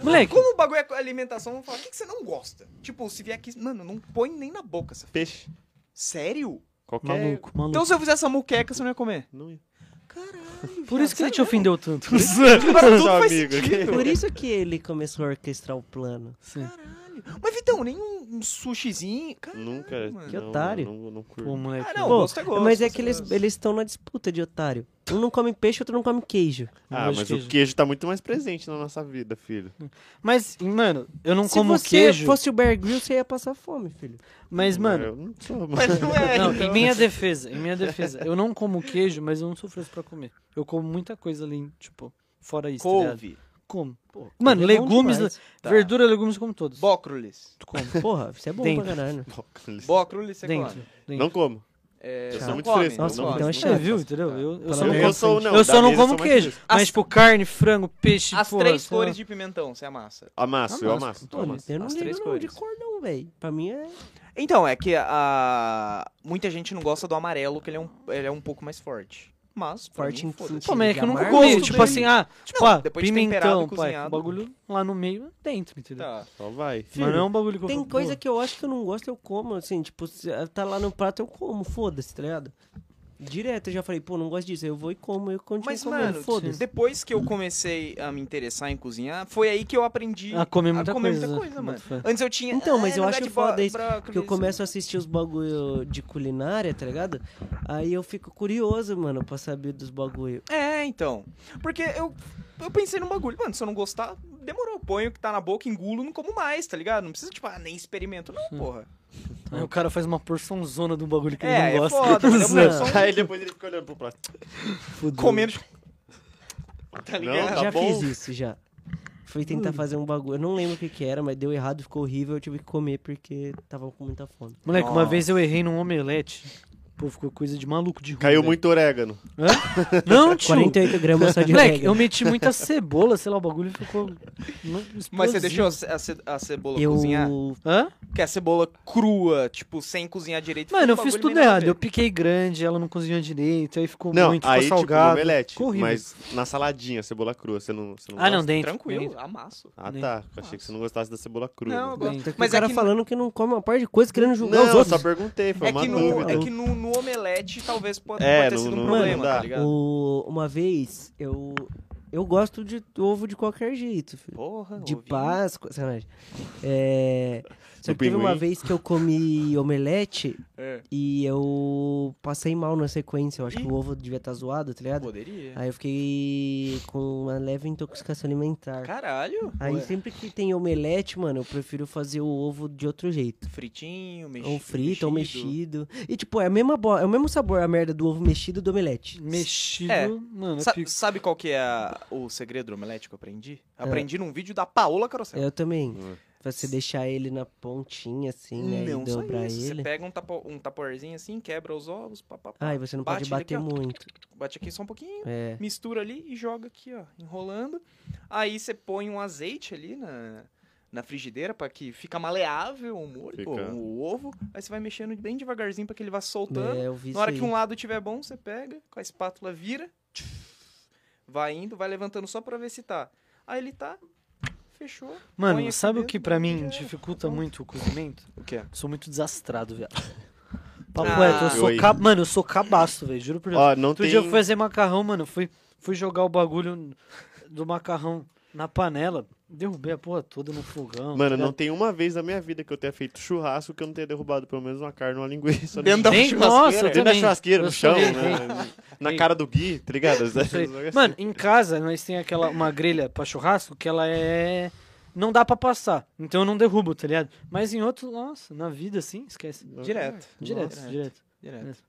A: Moleque,
B: Como o bagulho é alimentação, vamos falar, o que, que você não gosta? Tipo, se vier aqui, mano, não põe nem na boca essa... f-
D: Peixe.
B: Sério?
D: Qualquer.
A: maluco, maluco.
B: Então se eu fizesse a muqueca, você não ia comer?
D: Não ia.
B: Caralho,
A: Por isso que ele
B: viado,
A: te ofendeu tanto.
B: sério? Agora tudo
D: Seu
B: Tipo, faz
D: amigo aqui.
B: sentido.
C: Por isso que ele começou a orquestrar o plano.
A: Sim.
B: Caralho. Mas Vitão, nem um um sushizinho. Caralho,
D: Nunca.
B: mano.
C: Que
D: não,
C: otário.
D: Não, não curto.
A: Pô, moleque.
B: Ah, não,
C: Pô,
B: gosto é gosto,
C: mas é
B: gosto
C: que
B: é
C: eles
B: gosto.
C: eles estão na disputa de otário. Um não come peixe, outro não come queijo.
A: não
D: Ah,
A: gosto de
D: mas
A: queijo.
D: o queijo tá muito mais presente na nossa vida, filho.
A: Mas, mano, eu Um não
C: Se
A: como
C: você
A: queijo.
C: fosse o Bear Grylls, você ia passar fome, filho.
A: Mas, mano,
D: Eu não sou, mano.
B: Mas não é,
A: Não,
B: então.
A: em minha defesa, em minha defesa, eu não como queijo, mas eu não sou fresco pra comer. Eu como muita coisa ali, tipo, fora isso, tá ligado?
B: Couve,
A: Como. Mano, legumes,
C: Bom demais.
B: tá.
A: verdura, legumes eu como todos.
B: bócrolis.
A: Tu come.
C: Porra, isso é bom
A: Dentro.
C: pra caralho.
D: Bócolis.
B: Bócrolis, você
A: Dentro.
B: come.
A: dentro.
D: né? Não como.
B: É,
D: Eu sou
B: não
D: muito
B: come,
D: fresco,
C: Nossa,
D: não,
B: come.
C: então é
D: não.
A: É,
C: chato.
A: viu, entendeu? Eu, eu
C: Fala
A: sou-
C: merda.
D: Eu sou, não,
A: eu
D: da
A: só não
D: mesa eu
A: como
D: sou mais
A: queijo.
D: fresco.
A: Mas, tipo, carne, frango, peixe,
B: As
C: tipo,
A: porra,
B: três
A: sei
C: assim,
B: cores
A: lá.
B: de pimentão, você amassa.
D: Amasso, eu
A: Amasso.
D: amasso. Então,
C: Pô,
D: amasso.
C: eu não
B: as três
C: lembro não de
B: cores.
C: cor não, velho. Pra mim é...
B: Então, é que a... Muita gente não gosta do amarelo, que ele é um, ele é um pouco mais forte. Mas, pra
C: Forte
B: mim,
C: em
B: foda-se.
A: Pô, mas é que eu nunca
C: Amargo
A: comi.
B: dele.
A: Tipo assim, ah, tipo,
B: Não,
A: ah,
B: depois de temperado e
A: pimentão, pai.
B: cozinhado.
A: O bagulho lá no meio é dentro, entendeu?
B: Tá.
D: Só vai.
A: Mas não é um bagulho que eu
C: Tem
A: falo,
C: coisa
A: pô,
C: que eu acho que eu não gosto, eu como, assim, tipo, se tá lá no prato, eu como, foda-se, tá ligado? Direto, eu já falei, pô, não gosto disso, aí eu vou e como, eu continuo
B: Mas,
C: comendo,
B: mano,
C: foda-se.
B: depois que eu comecei a me interessar em cozinhar, foi aí que eu aprendi
A: A comer muita coisa,
B: muita
A: né?
B: mano.
A: Boto fé.
B: Antes eu tinha.
C: Então, mas
B: "Ah,
C: eu
B: não
C: acho
B: gosto de
C: foda
B: bro-
C: isso,
B: brócolis".
C: Porque eu começo a assistir os bagulho de culinária, tá ligado? Aí eu fico curioso, mano, pra saber dos bagulho.
B: É, então. Porque eu, eu pensei num bagulho. Mano, se eu não gostar, demorou. Eu ponho o que tá na boca, engulo, não como mais, tá ligado? Não precisa, tipo, ah, nem experimento. Não, porra.
A: Aí o cara faz uma porção zona de um bagulho que
B: É,
A: ele
B: é
A: não gosta.
B: foda, mas eu
C: Mano.
B: só um-
D: Aí depois ele fica olhando pro prato.
A: Fudeu.
B: comendo. tipo, Tá ligado?
D: tá
C: já
D: bom.
C: fiz isso, já. Fui tentar fazer um bagulho, eu não lembro o que que era, mas deu errado, ficou horrível, eu tive que comer porque tava com muita fome.
A: Moleque, uma
B: Nossa.
A: vez eu errei num omelete. Pô, ficou coisa de maluco de rua.
D: Caiu
A: velho.
D: muito orégano.
A: Hã? Não, tio.
C: 48 gramas só de
A: Moleque,
C: orégano.
A: eu meti muita cebola, sei lá, o bagulho ficou.
B: Mas você deixou a, ce- a ce- a cebola cozinhar?
C: Eu
A: Hã?
B: Porque a cebola crua, tipo, sem cozinhar direito.
A: Mano,
B: fica
A: eu
B: um
A: fiz
B: bagulho
A: tudo
B: meio nada a
A: errado.
B: ver.
A: Eu piquei grande, ela não cozinhou direito, aí ficou
D: Não,
A: muito, ficou
D: aí tipo
A: salgado.
D: omelete.
A: ficou horrível.
D: Mas na saladinha, cebola crua, você não, você não
A: Ah, não,
D: gosta?
A: dentro.
B: Tranquilo,
A: dentro.
B: amasso.
D: Ah,
A: Nem.
D: tá. Eu achei que você não gostasse da cebola crua.
B: Não, eu
D: né?
B: gosto.
A: Dentro.
C: Mas
B: Mas
C: o cara
B: é que-
C: falando que não come uma parte de coisa querendo julgar
D: Não,
C: os
D: eu
C: outros.
D: só perguntei, foi
B: É
D: uma
B: que, no,
D: dúvida.
B: é que no, no omelete talvez pode,
D: É,
B: pode ter
D: no-
B: sido um
D: no-
B: problema,
D: não dá.
B: tá ligado?
C: O- uma vez, eu, eu gosto de ovo de qualquer jeito, filho.
B: Porra,
C: De
B: ouvi.
C: Páscoa, sacanagem. É, só
D: Do
C: que teve uma
D: pinguim.
C: vez que eu comi omelete
B: É.
C: e eu passei mal na sequência. Eu acho que o ovo devia estar zoado, tá ligado?
B: Poderia.
C: Aí eu fiquei com uma leve intoxicação alimentar.
B: Caralho.
C: Aí
B: Ué.
C: sempre que tem omelete, mano, eu prefiro fazer o ovo de outro jeito.
B: Fritinho, mexido.
C: Ou frito, ou mexido. E, tipo, é, a mesma bo- é o mesmo sabor a merda do ovo mexido e do omelete.
A: Mexido,
B: É.
A: mano, eu
B: Sa-
A: pico.
B: sabe qual que é a- o segredo do omelete que eu aprendi?
C: É.
B: Aprendi num vídeo da Paola Carosella.
C: Eu também.
D: Hum.
C: Pra Você deixar ele na pontinha, assim, né?
B: Não
C: e
B: só
C: dobrar
B: isso. Você
C: ele.
B: pega um, tapo, um tapoerzinho assim, quebra os ovos, papapá.
C: Ah, e você não
B: Bate
C: pode bater
B: ele aqui, ó.
C: muito.
B: Bate aqui só um pouquinho,
C: É.
B: mistura ali e joga aqui, ó, enrolando. Aí você põe um azeite ali na, na frigideira pra que fica maleável o molho,
D: Fica.
B: o, o ovo. Aí você vai mexendo bem devagarzinho pra que ele vá soltando.
C: É, eu vi
B: Na hora
C: isso
B: que um
C: aí.
B: lado tiver bom, você pega, com a espátula vira, vai indo, vai levantando só pra ver se tá. Aí ele tá, fechou. põe
A: Mano,
B: aqui
A: sabe o
B: dentro,
A: que pra mim
B: já era.
A: dificulta
B: Pronto.
A: muito o cozimento?
B: O que é?
A: Sou muito desastrado, viado. Papo
B: Ah.
A: reto, eu sou
D: Oi.
A: cab... Mano, eu sou cabaço, velho, juro por Deus.
D: Ó, não
A: Outro
D: tem...
A: dia eu fui fazer macarrão, mano. Fui, fui jogar o bagulho do macarrão na panela. Derrubei a porra toda no fogão.
D: Mano, não
A: tá ligado?
D: tem uma vez na minha vida que eu tenha feito churrasco que eu não tenha derrubado pelo menos uma carne ou uma linguiça. ali.
B: Dentro da
A: Nem-
B: churrasqueira?
A: Nossa, eu
D: Dentro da
A: também.
D: churrasqueira,
A: Eu
D: no chão,
A: sou-
D: né? Na
A: Ei.
D: cara do Gui, tá ligado?
A: Isso aí. Mano, em casa nós tem aquela uma grelha pra churrasco que ela é. Não dá pra passar. Então eu não derrubo, tá ligado? Mas em outro, nossa, na vida assim, esquece.
B: Direto.
A: Direto,
B: Nossa.
A: direto.
B: Direto.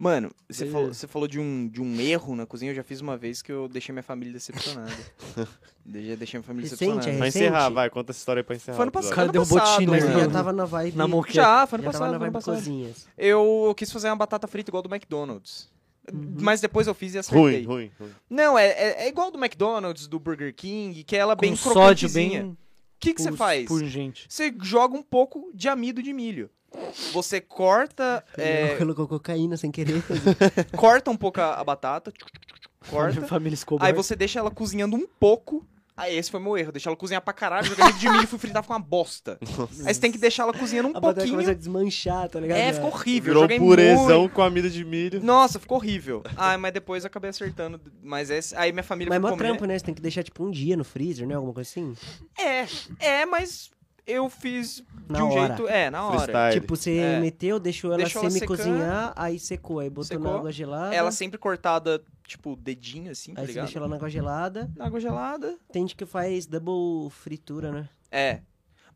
B: Mano, você
A: Beleza.
B: falou, você falou de, um, de um erro na cozinha. Eu já fiz uma vez que eu deixei minha família decepcionada. Eu já deixei minha família
C: Recente,
B: decepcionada.
C: é
D: Pra
C: recente?
D: encerrar, vai, conta essa história aí pra encerrar.
B: Foi ano
D: o episódio.
A: O cara
B: Ano
A: né? derrubou
B: passado,
A: Tina
C: Mas
B: mano.
C: já
A: mano.
C: tava na vibe.
A: na moqueta.
B: Já, foi ano
C: já tava
B: passado,
C: na
B: foi ano
C: vibe
B: passado.
C: cozinhas.
B: Eu quis fazer uma batata frita igual do McDonald's.
A: Uhum.
B: Mas depois eu fiz e acertei.
D: Ruim, ruim, ruim.
B: Não, é, é, é igual do McDonald's, do Burger King, que ela é bem
A: Com sódio,
B: crocantezinha.
A: bem.
B: O que que você faz?
A: Pungente.
B: Você joga um pouco de amido de milho. Você corta. é,
C: Colocou cocaína sem querer.
B: corta um pouco a, a batata. tchuc, tchuc, tchuc, tchuc, Corta.
A: Família Escobar.
B: Aí você deixa ela cozinhando um pouco. Aí esse foi meu erro. Deixar ela cozinhar pra caralho, jogar milho de milho e fui fritar com uma bosta. Aí você tem que deixar ela cozinhando um
C: a batata
B: pouquinho.
C: começa a desmanchar, tá ligado?
B: É, ficou horrível.
D: Virou
B: joguei
D: purezão
B: muito.
D: com a milha de milho.
B: Nossa, ficou horrível. Ah, mas depois eu acabei acertando. Mas esse- aí minha família
C: Mas é
B: foi
C: mó
B: comer.
C: trampo, né? Você tem que deixar, tipo, um dia no freezer, né? Alguma coisa assim.
B: É, é, mas eu fiz de
C: Na
B: um
C: hora.
B: jeito. É, na hora.
D: Freestyle.
C: Tipo, você
B: É.
C: meteu, deixou ela
B: Deixou ela
C: semi-cozinhar, aí secou. Aí botou na
B: Secou.
C: água gelada.
B: Ela sempre cortada, tipo, dedinho assim, tá
C: Aí você
B: ligado?
C: deixou ela na água gelada.
B: Na água gelada.
C: Tem gente que faz double fritura, né?
B: É.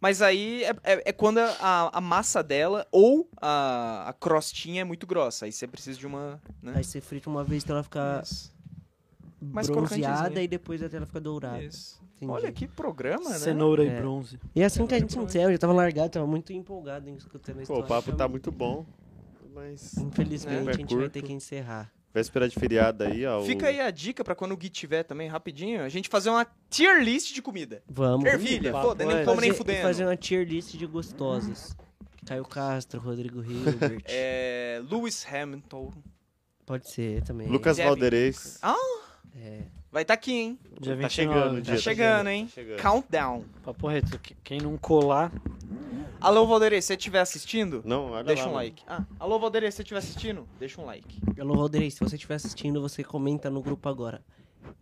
B: Mas aí é, é- é quando a, a massa dela ou a, a crostinha é muito grossa. Aí você precisa de uma. Né?
C: Aí você frita uma vez até ela ficar
B: Isso. Mais
C: bronzeada
B: crocantezinha.
C: e depois até ela ficar dourada.
B: Isso.
C: Entendi.
B: Olha que programa, né?
A: Cenoura
C: É.
A: e bronze.
C: E é assim que a gente não eu já tava largado, tava muito empolgado em escutando a
D: Pô,
C: história.
D: o papo tá
C: Então,
D: muito bom. Mas.
B: É.
C: Infelizmente,
D: né?
C: a gente vai ter
D: Curto.
C: que encerrar.
D: Véspera de feriado aí, ó. o-
B: Fica aí a dica pra quando o Gui tiver também, rapidinho, a gente fazer uma tier list de comida.
C: Vamos. um
B: Ervilha,
A: Papo
B: foda, nem
A: é-
B: como nem
C: Fazer-
B: fudendo.
C: Fazer um uma tier list de gostosas. Caio Castro, Rodrigo Hilbert.
B: É, Lewis Hamilton.
C: Pode ser também.
D: Lucas
B: Deve-
D: Valderez.
B: Tá
C: É.
B: Vai tá aqui, hein?
A: Dia
D: Tá
A: 29.
D: chegando o dia.
B: Tá chegando, hein?
D: chegando.
B: Countdown.
A: Papo reto. que- Quem não colar,
B: Alô, Valderê, se você estiver assistindo,
D: Não, olha
B: deixa
D: lá,
B: um
D: mano.
B: like. Ah, alô, Valderê, se você estiver assistindo, deixa um like.
C: Alô, Valderei, se você estiver assistindo, você comenta no grupo agora.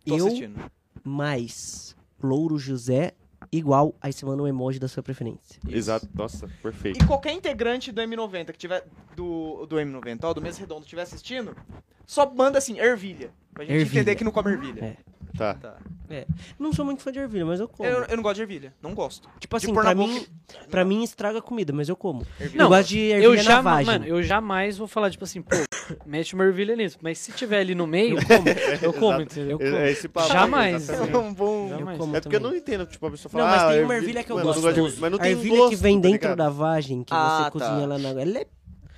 B: Tô
C: eu
B: assistindo.
C: mais Louro José igual, aí você manda um emoji da sua preferência.
B: Isso.
D: Exato, nossa, perfeito.
B: E qualquer integrante do M90 que tiver. Do, do M90, ó, do Mesa Redondo, estiver assistindo, só manda assim, ervilha. Pra gente
C: Ervilha.
B: entender que não come ervilha.
C: É.
D: Tá.
B: Tá.
C: Não sou muito fã de ervilha, mas eu como.
B: Eu,
A: tipo
B: eu não gosto de ervilha. Não gosto.
C: tipo
B: de
C: assim,
B: pôr na
C: pra mim,
B: boca-
C: pra mim estraga a comida, mas eu como.
B: Ervilha.
C: Não, eu
A: Não,
C: gosto de ervilha
A: eu,
C: na
A: já,
C: vagem.
A: mano, eu jamais vou falar, tipo assim, pô, mete uma ervilha nisso. Mas se tiver ali no meio, eu como. Eu como,
D: exato.
A: entendeu? Eu
D: É-
A: como.
D: é esse papo aí,
A: Jamais.
D: exatamente.
B: É um bom.
A: Não,
C: eu
A: mas-
C: como
D: É porque eu não
C: também.
D: entendo, tipo, a pessoa
C: Não,
D: fala.
C: mas
D: ah,
C: tem uma ervilha que eu
D: mano, não
C: gosto.
D: de- Mas não
C: a
D: tem
C: ervilha
D: gosto,
C: que vem
D: tá
C: dentro
D: ligado?
C: da vagem, que
B: Ah,
C: você
B: tá.
C: cozinha lá na água, ela é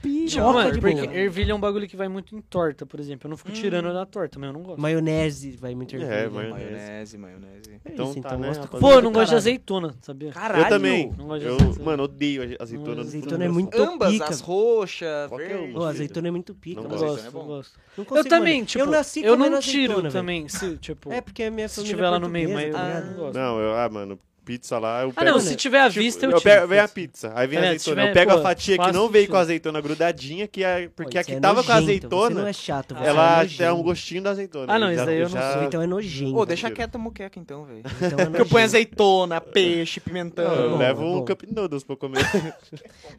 A: Não,
C: piroca
A: Tipo, mano,
C: de
A: porque
C: boa.
A: ervilha é um bagulho que vai muito em torta, por exemplo. Eu não fico tirando da torta, mas eu não gosto.
C: Maionese vai muito ervilha.
D: É, maionese.
B: Maionese, maionese.
C: É isso,
D: Então tá, né,
C: gosto
D: rapaziada?
C: pra
A: Pô, eu não
C: caralho.
A: gosto de azeitona, sabia?
B: Caralho!
D: Eu também.
A: Não gosto de
D: Eu,
A: azeitona.
D: mano, odeio aze- azeitona.
A: Não,
C: Azeitona é muito
B: Ambas,
C: pica.
B: as roxas,
D: Qualquer
B: verde.
D: uma.
C: Ô, azeitona é muito pica.
D: Não
A: Eu
C: eu
A: não
D: gosto.
A: gosto,
B: Azeitona é
A: eu
B: bom.
A: não gosto.
C: Não consigo,
A: Eu também,
C: mano.
A: tipo, eu,
C: nasci comendo
A: não tiro
C: azeitona, velho.
A: também, se, tipo,
C: É porque a minha
A: se
C: família
A: tiver lá no meio, mas
C: portuguesa,
A: eu
C: tá ligado?
A: não gosto.
D: Não, eu, ah, mano, pizza lá, eu
A: Ah,
D: pego.
A: não,
C: né?
A: se tiver à
D: Tipo,
A: vista,
D: eu
A: eu
D: pego,
A: tiro.
D: vem a pizza, aí vem
A: É,
D: a
A: se
D: azeitona.
A: tiver,
D: eu pego
A: pô,
D: a fatia que
A: fácil
D: não veio
A: de
D: com a
A: tirar.
D: azeitona grudadinha, que a,
C: Pô,
D: porque a
C: isso
D: que
C: é
D: tava com a
C: nojento, Você não
D: azeitona,
C: é chato, você é
D: ela
C: nojento.
D: dá um gostinho da azeitona.
A: Ah, não,
D: Eu
A: isso
D: já-
A: daí eu não
D: já-
A: sou.
C: Então é nojento.
B: Ô, deixa
D: Mentira.
B: quieto a moqueca então, velho.
C: Então é
B: Porque eu ponho
C: nojento.
B: azeitona, peixe, pimentão.
D: Não, eu
C: Bom,
D: levo
C: bom.
D: um Cup Noodles pra eu comer.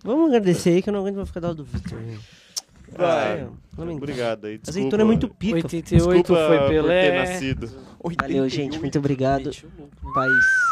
C: Vamos agradecer aí que eu não aguento mais ficar do lado do Victor. né?
D: Vai.
C: É, lamento.
D: Obrigado aí, desculpa.
C: Azeitona é muito pica.
A: 88
D: Desculpa
A: foi
D: por ter
A: Pelé.
D: nascido.
C: Valeu, gente. Muito obrigado.
A: Gente, o louco, né?
C: Paz.